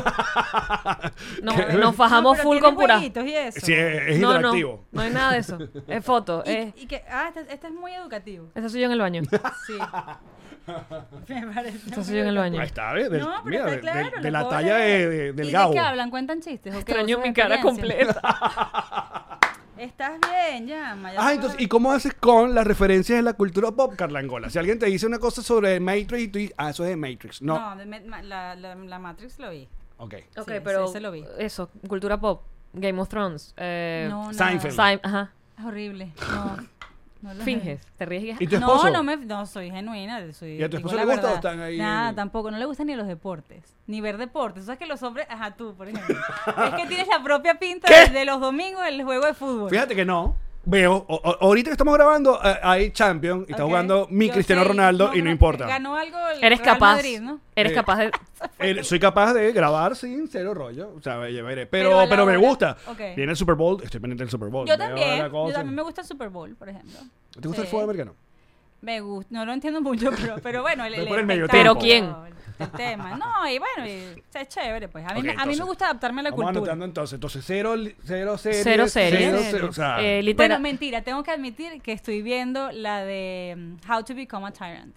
Speaker 3: No,
Speaker 5: ¿Qué?
Speaker 3: nos fajamos
Speaker 4: No, pero
Speaker 3: full
Speaker 4: tiene
Speaker 3: con pura.
Speaker 4: jueguitos y eso.
Speaker 5: Sí, es, es
Speaker 3: No, no,
Speaker 5: interactivo.
Speaker 3: no hay nada de eso. Es foto.
Speaker 4: Y-
Speaker 3: Es,
Speaker 4: y que, ah, este, este es muy educativo.
Speaker 3: esa soy yo en el baño.
Speaker 4: Sí. Me parece.
Speaker 3: Esa
Speaker 4: muy
Speaker 3: soy yo en el baño.
Speaker 5: Ahí está, ¿ves? Del-
Speaker 4: No, pero
Speaker 5: mira,
Speaker 4: está
Speaker 5: de,
Speaker 4: claro,
Speaker 5: de-
Speaker 4: lo
Speaker 5: de la
Speaker 4: puedo
Speaker 5: talla de,
Speaker 4: leer.
Speaker 5: de- del
Speaker 4: ¿Y
Speaker 5: gabo.
Speaker 4: de qué hablan? ¿Cuentan chistes? o qué?
Speaker 3: Extraño
Speaker 4: ¿Usan
Speaker 3: mi cara
Speaker 4: experiencias?
Speaker 3: completa.
Speaker 4: Estás bien, llama. ya
Speaker 5: Ah,
Speaker 4: puedo-
Speaker 5: entonces, ¿y cómo haces con las referencias de la cultura pop, Carlangola? Si alguien te dice una cosa sobre Matrix y tú dices, ah, eso es de Matrix. No.
Speaker 4: No, de me- ma- la, la- la Matrix lo vi.
Speaker 5: Ok.
Speaker 3: Ok,
Speaker 4: sí,
Speaker 3: pero
Speaker 4: ese lo vi.
Speaker 3: eso, cultura pop, Game of Thrones, eh,
Speaker 4: No, nada.
Speaker 5: Seinfeld.
Speaker 3: Sim- ajá,
Speaker 4: Es horrible. No. no lo-
Speaker 3: finges, te ríes y-
Speaker 5: ¿Y tu esposo?
Speaker 4: No, no, me, no, soy genuina. Soy,
Speaker 5: ¿Y a tu
Speaker 4: digo
Speaker 5: esposo
Speaker 4: la
Speaker 5: le gusta o
Speaker 4: verdad.
Speaker 5: están ahí?
Speaker 4: Nada, tampoco. No le gustan ni los deportes, ni ver deportes. O sea, que los hombres, ajá, tú, por ejemplo. es que tienes la propia pinta
Speaker 5: ¿Qué?
Speaker 4: de, de los domingos el juego de fútbol.
Speaker 5: Fíjate que no. Veo, o- o- ahorita que estamos grabando, eh, hay Champions y está
Speaker 4: Ok.
Speaker 5: jugando mi
Speaker 4: Yo
Speaker 5: Cristiano
Speaker 4: sé,
Speaker 5: Ronaldo y no
Speaker 4: pero
Speaker 5: importa.
Speaker 4: Ganó algo el
Speaker 3: Eres
Speaker 4: Real
Speaker 3: capaz,
Speaker 4: Madrid, ¿no?
Speaker 3: eres
Speaker 5: Eh,
Speaker 3: capaz de...
Speaker 5: Eh, soy capaz de grabar sin cero rollo. O sea, ya veré. Pero,
Speaker 4: Pero a
Speaker 5: pero,
Speaker 4: la
Speaker 5: me
Speaker 4: hora.
Speaker 5: gusta.
Speaker 4: Ok.
Speaker 5: Viene el Super Bowl, estoy pendiente del Super Bowl.
Speaker 4: Yo
Speaker 5: Veo
Speaker 4: también.
Speaker 5: la
Speaker 4: Yo
Speaker 5: cosa.
Speaker 4: también me gusta el Super Bowl, por ejemplo.
Speaker 5: ¿Te gusta el
Speaker 4: Sí.
Speaker 5: fútbol americano?
Speaker 4: Me gusta, no lo entiendo mucho, pero, pero bueno, el,
Speaker 5: Ve por el medio
Speaker 3: Pero
Speaker 4: espectáculo,
Speaker 3: ¿quién?
Speaker 4: El tema. No, y bueno, y, o sea, es chévere, pues. A mí,
Speaker 5: Ok,
Speaker 4: me- a mí
Speaker 5: entonces,
Speaker 4: me gusta adaptarme a la
Speaker 5: Vamos
Speaker 4: cultura.
Speaker 5: anotando entonces. Entonces, cero, li- cero series.
Speaker 3: Cero series,
Speaker 5: cero, cero, o sea,
Speaker 3: eh, litera-
Speaker 4: Bueno, mentira, tengo que admitir que estoy viendo la de mm, How to Become a Tyrant.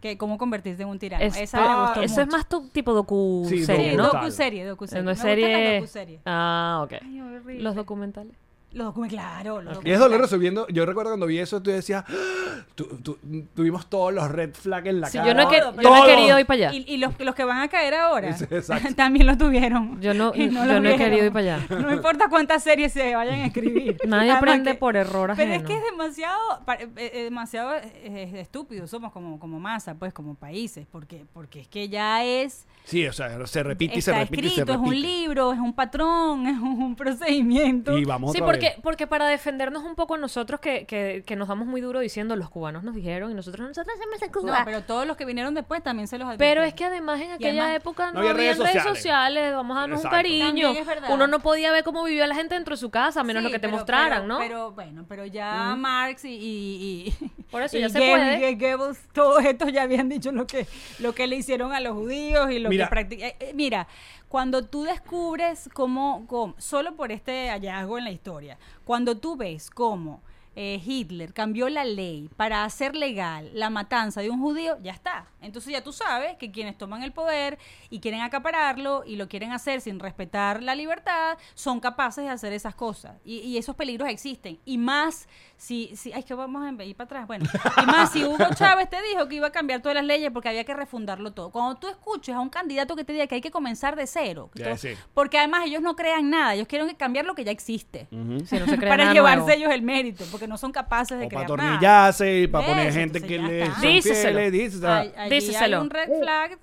Speaker 4: Que cómo convertirte en un tirano.
Speaker 3: es-
Speaker 4: Esa me
Speaker 3: ah,
Speaker 4: gustó
Speaker 3: eso
Speaker 4: mucho.
Speaker 3: es más tu- tipo docu
Speaker 5: Sí,
Speaker 3: serie,
Speaker 4: Sí,
Speaker 3: ¿no?
Speaker 5: documental.
Speaker 4: docuserie, docuserie.
Speaker 3: No
Speaker 4: Me
Speaker 3: es
Speaker 4: gustan las
Speaker 3: serie...
Speaker 4: docuseries.
Speaker 3: Ah, ok.
Speaker 4: Ay, horrible.
Speaker 3: Los documentales.
Speaker 4: Los documentales, claro. Los
Speaker 5: Y es
Speaker 4: documentales.
Speaker 5: doloroso viendo. Yo recuerdo cuando vi eso, tú decías, "Ah, tú- tú- tuvimos todos los red flag en la
Speaker 3: Sí,
Speaker 5: cara.
Speaker 3: yo no, he que-
Speaker 4: Todo,
Speaker 3: yo no he
Speaker 5: todo.
Speaker 3: querido ir para allá.
Speaker 4: Y, y los, los que van a caer ahora
Speaker 5: Sí, exacto.
Speaker 4: también lo tuvieron.
Speaker 3: Yo no-
Speaker 4: Y
Speaker 3: yo
Speaker 4: lo
Speaker 3: no he
Speaker 4: vieron.
Speaker 3: querido ir para allá.
Speaker 4: No importa cuántas series se vayan a escribir.
Speaker 3: Nadie
Speaker 4: Además
Speaker 3: aprende
Speaker 4: que-
Speaker 3: por error
Speaker 4: Pero es
Speaker 3: ajeno.
Speaker 4: que es demasiado, pa- eh, eh, demasiado eh, estúpido. Somos como, como masa, pues, como países. Porque, porque es que ya es.
Speaker 5: Sí, o sea, se repite y se
Speaker 4: Está
Speaker 5: repite y se
Speaker 4: escrito, es un
Speaker 5: repite.
Speaker 4: libro, es un patrón, es un procedimiento.
Speaker 5: Y vamos
Speaker 3: Sí,
Speaker 5: otra
Speaker 3: porque,
Speaker 5: vez.
Speaker 3: porque para defendernos un poco nosotros que, que, que nos damos muy duro diciendo los cubanos nos dijeron y nosotros nosotros hacemos en
Speaker 4: No,
Speaker 3: Cuba.
Speaker 4: pero todos los que vinieron después también se los
Speaker 3: Pero
Speaker 4: advirtieron.
Speaker 3: es que además en aquella
Speaker 4: además-
Speaker 3: época no
Speaker 5: había
Speaker 3: había
Speaker 5: redes
Speaker 3: redes sociales,
Speaker 5: sociales.
Speaker 3: vamos a darnos
Speaker 5: Exacto.
Speaker 3: un cariño.
Speaker 4: También es verdad.
Speaker 3: Uno no podía ver cómo vivía la gente dentro de su casa, a menos
Speaker 4: Sí,
Speaker 3: lo que te
Speaker 4: pero-
Speaker 3: mostraran,
Speaker 4: pero-
Speaker 3: ¿no?
Speaker 4: Pero bueno, pero ya Marx y, y- y-
Speaker 3: Por eso
Speaker 4: y
Speaker 3: ya se
Speaker 4: Goebbels-
Speaker 3: puede.
Speaker 4: Ge- Goebbels, todos estos ya habían dicho lo que, lo que le hicieron a los judíos y lo
Speaker 5: Mira.
Speaker 4: que practic- eh, eh, mira, cuando tú descubres cómo, cómo- solo por este hallazgo en la historia, cuando tú ves cómo eh, Hitler cambió la ley para hacer legal la matanza de un judío, ya está. Entonces ya tú sabes que quienes toman el poder y quieren acapararlo y lo quieren hacer sin respetar la libertad, son capaces de hacer esas cosas. Y, y esos peligros existen. Y más si, si ay, que vamos a ir para atrás. Bueno, y más si Hugo Chávez te dijo que iba a cambiar todas las leyes porque había que refundarlo todo. Cuando tú escuches a un candidato que te diga que hay que comenzar de cero, que
Speaker 5: Ya,
Speaker 4: todo-
Speaker 5: sí.
Speaker 4: porque además ellos no crean nada, ellos quieren cambiar lo que ya existe.
Speaker 3: Sí, no se crea
Speaker 4: para
Speaker 3: nada
Speaker 4: llevarse
Speaker 3: nuevo.
Speaker 4: ellos el mérito, porque no son capaces de
Speaker 5: O para
Speaker 4: crear nada.
Speaker 5: atornillarse, y para
Speaker 4: Eso,
Speaker 5: poner gente que
Speaker 4: entonces ya
Speaker 5: le.
Speaker 4: está.
Speaker 5: son
Speaker 3: pues, Díseselo.
Speaker 5: fieles, dices, ah.
Speaker 4: Ay, allí hay
Speaker 3: Díseselo.
Speaker 4: un red flag.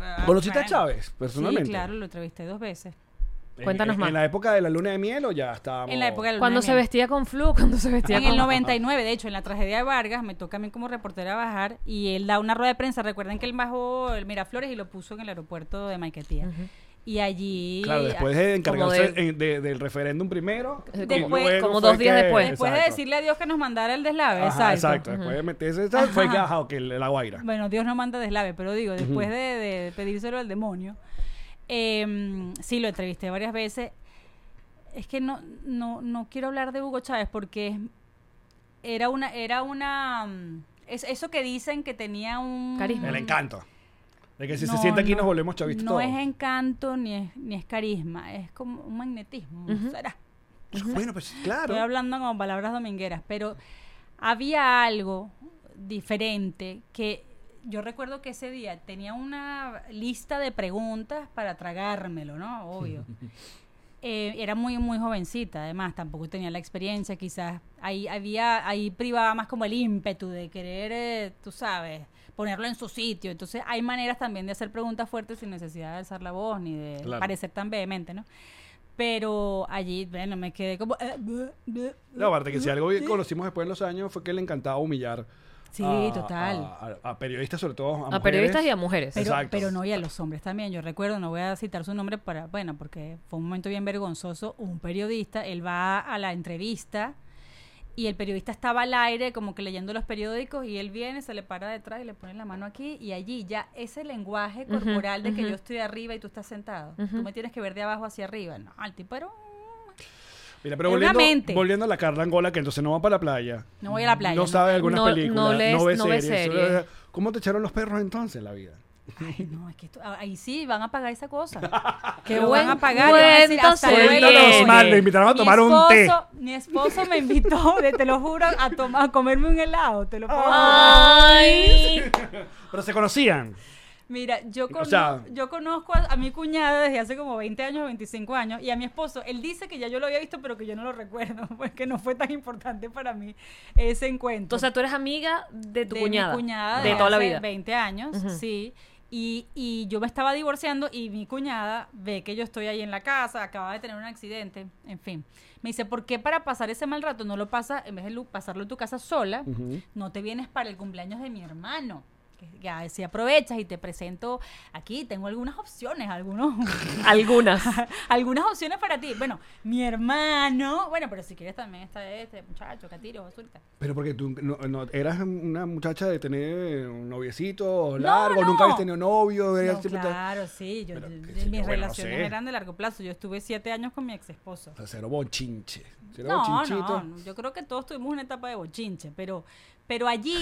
Speaker 4: ah,
Speaker 5: ¿Conociste a
Speaker 4: bueno.
Speaker 5: Chávez, personalmente?
Speaker 4: Sí, claro, lo entrevisté dos veces.
Speaker 5: En-
Speaker 3: Cuéntanos
Speaker 5: en,
Speaker 3: más.
Speaker 5: En la época de la luna de miel o ya estábamos.
Speaker 4: En la época de la
Speaker 3: Cuando
Speaker 4: luna de
Speaker 3: se
Speaker 4: miel.
Speaker 3: vestía con flu, cuando se vestía
Speaker 4: En
Speaker 3: con...
Speaker 4: el 99, de hecho, en la tragedia de Vargas, me toca a mí como reportera bajar y él da una rueda de prensa. Recuerden que él bajó el Miraflores y lo puso en el aeropuerto de Maiquetía. Y allí.
Speaker 5: Claro, después de encargarse
Speaker 3: de-
Speaker 5: en- de- del referéndum primero. y
Speaker 3: Después-
Speaker 5: luego
Speaker 3: como
Speaker 5: fue
Speaker 3: dos días
Speaker 5: que-
Speaker 3: después.
Speaker 4: después de
Speaker 5: Exacto.
Speaker 4: decirle a Dios que nos mandara el deslave.
Speaker 5: Ajá,
Speaker 4: exacto.
Speaker 5: exacto. Después de meterse, tal, fue que, ajá, ok, la guaira.
Speaker 4: Bueno, Dios no manda deslave, pero digo, después de, de pedírselo al demonio, em, sí, lo entrevisté varias veces. Es que no, no, no quiero hablar de Hugo Chávez porque es- era una, era una mm, es, eso que dicen que tenía un
Speaker 3: Carisma.
Speaker 5: El encanto. De que si se
Speaker 4: Mm. No,
Speaker 5: siente aquí
Speaker 4: no.
Speaker 5: nos volvemos chavistas
Speaker 4: No
Speaker 5: todos.
Speaker 4: es encanto ni es, ni es carisma, es como un magnetismo, será.
Speaker 5: Bueno, pues
Speaker 4: Estoy
Speaker 5: claro.
Speaker 4: hablando como palabras domingueras, pero había algo diferente que yo recuerdo que ese día tenía una lista de preguntas para tragármelo, ¿no? Obvio. eh, era muy, muy jovencita, además, tampoco tenía la experiencia, quizás ahí había, ahí privaba más como el ímpetu de querer, eh, tú sabes, ponerlo en su sitio. Entonces, hay maneras también de hacer preguntas fuertes sin necesidad de alzar la voz ni de
Speaker 5: Claro.
Speaker 4: parecer tan vehemente, ¿no? Pero allí, bueno, me quedé como... eh, bleh, bleh,
Speaker 5: La parte que si algo que conocimos después en los años fue que le encantaba humillar.
Speaker 4: Sí,
Speaker 5: a-
Speaker 4: total.
Speaker 5: A, a- a periodistas, sobre todo. A,
Speaker 3: A
Speaker 5: mujeres.
Speaker 3: periodistas y a mujeres.
Speaker 4: Pero,
Speaker 5: ah, Exacto.
Speaker 4: pero no, y a los hombres también. Yo recuerdo, no voy a citar su nombre para, bueno, porque fue un momento bien vergonzoso. Un periodista, él va a la entrevista y el periodista estaba al aire, como que leyendo los periódicos, y él viene, se le para detrás y le pone la mano aquí, y allí ya ese lenguaje
Speaker 3: Ujú,
Speaker 4: corporal de que
Speaker 3: ujú.
Speaker 4: yo estoy arriba y tú estás sentado. Tú
Speaker 3: Ujú.
Speaker 4: me tienes que ver de abajo hacia arriba. No, el tipo era un-
Speaker 5: Mira, pero
Speaker 4: Era una
Speaker 5: volviendo,
Speaker 4: mente.
Speaker 5: volviendo a la Carla Angola, que entonces no va para la playa.
Speaker 4: No voy a la playa.
Speaker 5: No sabe algunas
Speaker 3: No- no
Speaker 5: películas. No,
Speaker 3: lees-
Speaker 5: ve
Speaker 3: no ve
Speaker 5: series.
Speaker 3: series.
Speaker 5: Solo- ¿Cómo te echaron los perros entonces en la vida?
Speaker 4: Ay, no, es que esto- ah, ahí sí van a pagar esa cosa.
Speaker 3: Qué
Speaker 4: Lo
Speaker 3: buen
Speaker 4: van a pagar. y van a decir,
Speaker 3: cuento
Speaker 4: hasta
Speaker 3: se
Speaker 4: luego.
Speaker 3: viene.
Speaker 5: Cuéntanos más, lo invitaron a
Speaker 4: Mi
Speaker 5: tomar un té.
Speaker 4: esposo- Mi esposo me invitó, de- te lo juro, a, tomar, a comerme un helado, te lo puedo Ah.
Speaker 3: ¡Ay!
Speaker 5: Pero se conocían.
Speaker 4: Mira, yo, cono-
Speaker 5: sea-
Speaker 4: yo conozco a, a mi cuñada desde hace como 20 años, 25 años, y a mi esposo, él dice que ya yo lo había visto, pero que yo no lo recuerdo, porque no fue tan importante para mí ese encuentro.
Speaker 3: O sea, tú eres amiga de tu
Speaker 4: de
Speaker 3: cuñada.
Speaker 4: mi cuñada
Speaker 3: De
Speaker 4: de
Speaker 3: toda la
Speaker 4: hace
Speaker 3: vida.
Speaker 4: 20 años,
Speaker 3: Ujú.
Speaker 4: sí. Y, y yo me estaba divorciando y mi cuñada ve que yo estoy ahí en la casa, acaba de tener un accidente, en fin. Me dice, ¿por qué para pasar ese mal rato no lo pasa, en vez de lu- pasarlo en tu casa sola, no te vienes para el cumpleaños de mi hermano? Que Ya, si aprovechas y te presento aquí, tengo algunas opciones, algunos
Speaker 3: Algunas.
Speaker 4: algunas opciones para ti. Bueno, mi hermano, bueno, pero si quieres también está este muchacho, Catiro, Azulita.
Speaker 5: Pero porque tú no, no- eras una muchacha de tener un noviecito largo,
Speaker 4: no.
Speaker 5: nunca habías tenido novio.
Speaker 4: No,
Speaker 5: eras siempre te-
Speaker 4: claro, sí. yo-
Speaker 5: Pero,
Speaker 4: yo-
Speaker 5: qué
Speaker 4: mis
Speaker 5: sé yo, bueno, no
Speaker 4: relaciones
Speaker 5: sé.
Speaker 4: eran de largo plazo. Yo estuve siete años con mi ex esposo.
Speaker 5: O sea, cero bochinche. Cero
Speaker 4: No,
Speaker 5: bochinchito.
Speaker 4: no, yo creo que todos tuvimos una etapa de bochinche, pero, pero allí,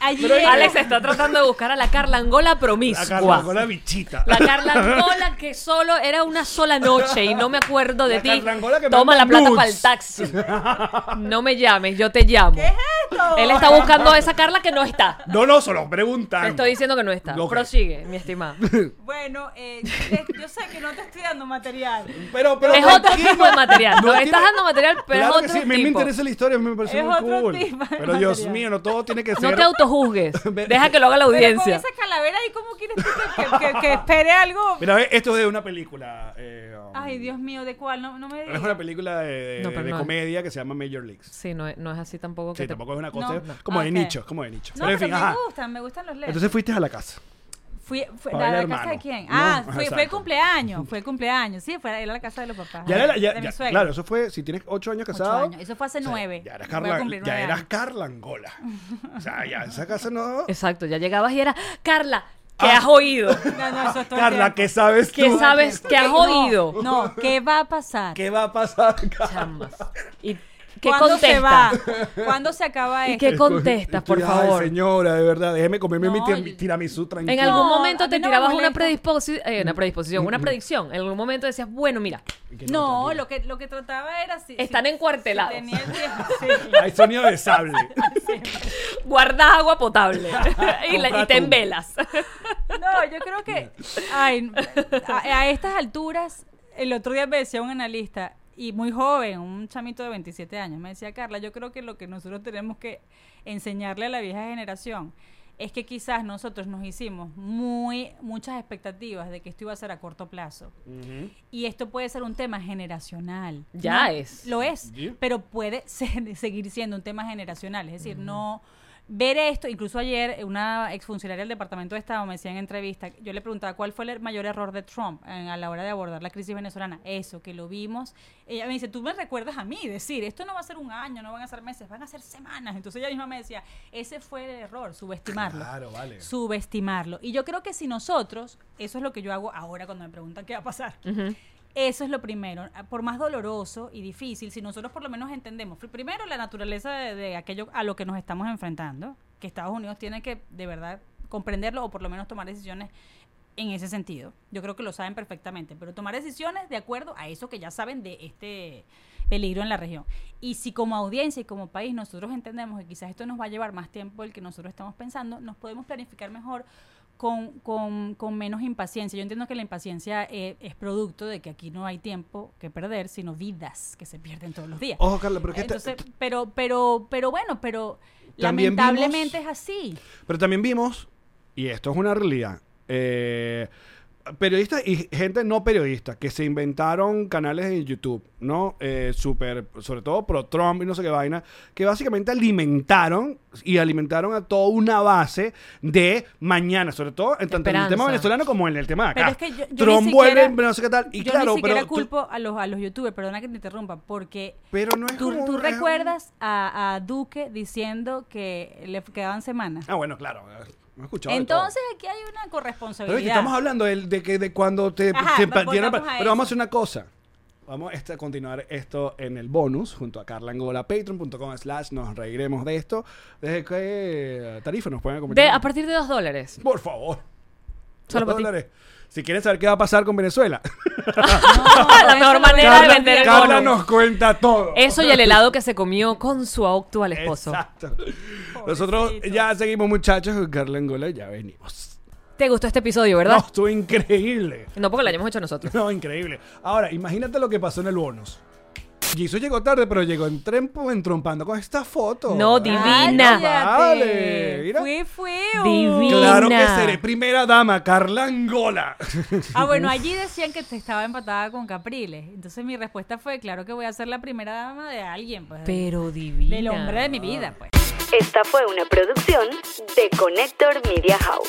Speaker 4: allí era-
Speaker 3: Alex está tratando de buscar a la Carla Angola
Speaker 5: La Carla
Speaker 3: promiscua.
Speaker 5: Angola bichita.
Speaker 3: La Carla Angola que solo era una sola noche y no me acuerdo de
Speaker 5: La
Speaker 3: ti.
Speaker 5: Carla Angola que
Speaker 3: Toma
Speaker 5: manda
Speaker 3: la plata
Speaker 5: nudes.
Speaker 3: para el taxi. No me llames, yo te llamo. Él está buscando a esa Carla que no está.
Speaker 5: No, no, solo preguntan.
Speaker 3: Te estoy diciendo que no está.
Speaker 5: Ok.
Speaker 3: Prosigue, mi estimada.
Speaker 4: Bueno, eh, eh, yo sé que no te estoy dando material.
Speaker 5: Pero, pero
Speaker 3: es otro
Speaker 5: tranquilo.
Speaker 3: tipo de material.
Speaker 5: No
Speaker 3: Nos
Speaker 5: tiene-
Speaker 3: estás dando material, pero
Speaker 5: claro
Speaker 3: es
Speaker 5: que
Speaker 3: otro
Speaker 5: sí, me- me
Speaker 3: tipo.
Speaker 5: interesa la historia, me parece
Speaker 4: Es
Speaker 5: muy
Speaker 4: otro
Speaker 5: cool.
Speaker 4: tipo de
Speaker 5: Pero Dios
Speaker 4: material.
Speaker 5: mío, no todo tiene que ser.
Speaker 3: No te autojuzgues.
Speaker 5: Ve-
Speaker 3: Deja que lo haga la
Speaker 4: Pero con
Speaker 3: audiencia.
Speaker 4: esa calavera ahí, ¿cómo quieres tú que, que- que- que espere algo?
Speaker 5: Mira, ve, esto es de una película. eh, um,
Speaker 4: Ay, Dios mío, ¿de cuál? No, no me
Speaker 5: Es
Speaker 4: digas.
Speaker 5: una película de, de-
Speaker 3: No, pero
Speaker 5: de
Speaker 3: no.
Speaker 5: comedia que se llama Major Leagues.
Speaker 3: Sí, no, es- no es así tampoco que
Speaker 5: Sí,
Speaker 3: te-
Speaker 5: tampoco es una cosa.
Speaker 4: No.
Speaker 5: es como de
Speaker 4: Ok.
Speaker 5: nicho, es como de nicho.
Speaker 4: No,
Speaker 5: pero en fin,
Speaker 4: pero
Speaker 5: ajá.
Speaker 4: me gustan, me gustan los lentes.
Speaker 5: Entonces fuiste a la casa.
Speaker 4: Fui, fue,
Speaker 5: Para
Speaker 4: ¿A la
Speaker 5: el
Speaker 4: casa de
Speaker 5: hermano,
Speaker 4: quién?
Speaker 5: ¿no?
Speaker 4: Ah,
Speaker 5: Ajá,
Speaker 4: fue, fue el
Speaker 5: exacto.
Speaker 4: cumpleaños, fue el cumpleaños. Sí, fue era la casa de los papás.
Speaker 5: Ya era, la- ya-
Speaker 4: de mi
Speaker 5: ya-
Speaker 4: suegra.
Speaker 5: claro, eso fue, si tienes ocho años
Speaker 4: Ocho
Speaker 5: casado.
Speaker 4: años. Eso fue hace
Speaker 5: o sea,
Speaker 4: nueve.
Speaker 5: Ya eras
Speaker 4: Voy a
Speaker 5: Carla,
Speaker 4: cumplir
Speaker 5: ya
Speaker 4: nueve
Speaker 5: eras
Speaker 4: años.
Speaker 5: Carla Angola. O sea, ya esa casa no.
Speaker 3: Exacto, ya llegabas y era, Carla, ¿qué
Speaker 5: Ah.
Speaker 3: has oído?
Speaker 4: No, no, eso es todo el
Speaker 5: Carla,
Speaker 4: tiempo.
Speaker 5: ¿qué sabes tú?
Speaker 3: ¿Qué sabes? ¿Qué has
Speaker 4: No,
Speaker 3: oído?
Speaker 4: No, ¿qué va a pasar?
Speaker 5: ¿Qué va a pasar, Carla?
Speaker 3: Chambas. ¿Y qué
Speaker 4: ¿Cuándo se va?
Speaker 3: contesta?
Speaker 4: ¿Cuándo se acaba
Speaker 3: ¿Y
Speaker 4: esto?
Speaker 3: qué contestas, por
Speaker 5: Estoy- ay,
Speaker 3: favor?
Speaker 5: señora, de verdad, déjeme comerme mi
Speaker 4: No,
Speaker 5: tir-
Speaker 4: yo-
Speaker 5: tiramisú tranquilo.
Speaker 3: En algún
Speaker 4: No, a
Speaker 3: momento
Speaker 4: mí
Speaker 3: te
Speaker 4: no me
Speaker 3: tirabas una,
Speaker 4: molesta.
Speaker 3: predisposi- eh, una predisposición, una predicción. En algún momento decías, bueno, mira,
Speaker 5: Que
Speaker 4: No,
Speaker 5: tranquilo.
Speaker 4: lo que, lo que trataba era si...
Speaker 3: Están
Speaker 4: si-
Speaker 3: encuartelados.
Speaker 4: si tenía el tiempo, sí.
Speaker 5: Hay sonido de sable.
Speaker 3: guardas agua potable y, la- y
Speaker 5: Compra
Speaker 3: te
Speaker 5: tú.
Speaker 3: embelas.
Speaker 4: No, yo creo que ay, a, a estas alturas, el otro día me decía un analista, y muy joven, un chamito de 27 años, me decía, Carla, yo creo que lo que nosotros tenemos que enseñarle a la vieja generación es que quizás nosotros nos hicimos muy muchas expectativas de que esto iba a ser a corto plazo. Y esto puede ser un tema generacional.
Speaker 3: Ya
Speaker 4: ¿no?
Speaker 3: es.
Speaker 4: Lo es,
Speaker 5: Yeah.
Speaker 4: pero puede ser- seguir siendo un tema generacional. Es decir, no ver esto, incluso ayer una exfuncionaria del Departamento de Estado me decía en entrevista, yo le preguntaba cuál fue el mayor error de Trump eh, a la hora de abordar la crisis venezolana. Eso, que lo vimos. Ella me dice, tú me recuerdas a mí decir, esto no va a ser un año, no van a ser meses, van a ser semanas. Entonces ella misma me decía, ese fue el error, subestimarlo
Speaker 5: Claro, vale.
Speaker 4: subestimarlo. Y yo creo que si nosotros, eso es lo que yo hago ahora cuando me preguntan qué va a pasar. Eso es lo primero, Ah, por más doloroso y difícil, si nosotros por lo menos entendemos, fr- primero la naturaleza de, de aquello a lo que nos estamos enfrentando, que Estados Unidos tiene que de verdad comprenderlo o por lo menos tomar decisiones en ese sentido. Yo creo que lo saben perfectamente, pero tomar decisiones de acuerdo a eso que ya saben de este peligro en la región. Y si como audiencia y como país nosotros entendemos que quizás esto nos va a llevar más tiempo del que nosotros estamos pensando, nos podemos planificar mejor con, con- con menos impaciencia. Yo entiendo que la impaciencia eh, es producto de que aquí no hay tiempo que perder, sino vidas que se pierden todos los días.
Speaker 5: Ojo, Carla, pero es que esta-
Speaker 4: Entonces, pero, pero, pero bueno, pero
Speaker 5: También vimos-
Speaker 4: lamentablemente es así.
Speaker 5: Pero también vimos, y esto es una realidad, eh, periodistas y gente no periodista que se inventaron canales en YouTube, ¿no? Eh, super, sobre todo pro Trump y no sé qué vaina, que básicamente alimentaron y alimentaron a toda una base de mañana, sobre todo en tanto en el
Speaker 3: Esperanza.
Speaker 5: tema venezolano como en el tema de acá.
Speaker 4: Pero es que yo, yo ni
Speaker 5: Trump
Speaker 4: siquiera-
Speaker 5: vuelve, no sé qué tal. Y
Speaker 4: yo
Speaker 5: claro,
Speaker 4: ni siquiera
Speaker 5: pero, tú-
Speaker 4: culpo a los a los youtubers, perdona que te interrumpa, porque
Speaker 5: pero no es
Speaker 4: tú,
Speaker 5: como
Speaker 4: tú
Speaker 5: un-
Speaker 4: recuerdas a, a Duque diciendo que le quedaban semanas.
Speaker 5: Ah, bueno, claro. No he escuchado de todo.
Speaker 4: Entonces aquí hay una
Speaker 5: Pero
Speaker 4: corresponsabilidad.
Speaker 5: es que estamos hablando del- de, que de cuando te,
Speaker 4: Ajá,
Speaker 5: te
Speaker 4: va-
Speaker 5: pa-
Speaker 4: volvamos
Speaker 5: dieron pa-
Speaker 4: a
Speaker 5: Pero vamos a
Speaker 4: eso.
Speaker 5: hacer una cosa. Vamos este, a continuar esto en el bonus junto a Carla Angola, patreon.com slash nos reiremos de esto. ¿Desde qué tarifa nos pueden
Speaker 3: De, a
Speaker 5: acompañar?
Speaker 3: partir de 2 dólares.
Speaker 5: Por favor.
Speaker 3: Solo
Speaker 5: Dos
Speaker 3: para ti.
Speaker 5: dólares. Si quieren saber qué va a pasar con Venezuela,
Speaker 3: Ah, la mejor manera de
Speaker 5: Carla,
Speaker 3: vender el
Speaker 5: Carla
Speaker 3: bono.
Speaker 5: nos cuenta todo.
Speaker 3: Eso y el helado que se comió con su actual esposo.
Speaker 5: Exacto. Nosotros ya seguimos, muchachos, con Carla Angola, ya venimos.
Speaker 3: ¿Te gustó este episodio, verdad?
Speaker 5: No, estuvo increíble.
Speaker 3: No, porque lo hayamos hecho nosotros.
Speaker 5: No, increíble. Ahora, imagínate lo que pasó en el bonus. Jesús llegó tarde, pero llegó en trempo, entrompando con esta foto.
Speaker 4: Ah,
Speaker 3: No, divina.
Speaker 4: Ay, cállate.
Speaker 5: Vale, mira.
Speaker 4: Fui, fui. uh.
Speaker 3: Divina.
Speaker 5: Claro que seré primera dama, Carla Angola.
Speaker 4: Ah, bueno, allí decían que te estaba empatada con Capriles. Entonces mi respuesta fue, claro que voy a ser la primera dama de alguien, pues.
Speaker 3: Pero divina.
Speaker 4: del hombre de mi vida, pues.
Speaker 1: Esta fue una producción de Connector Media House.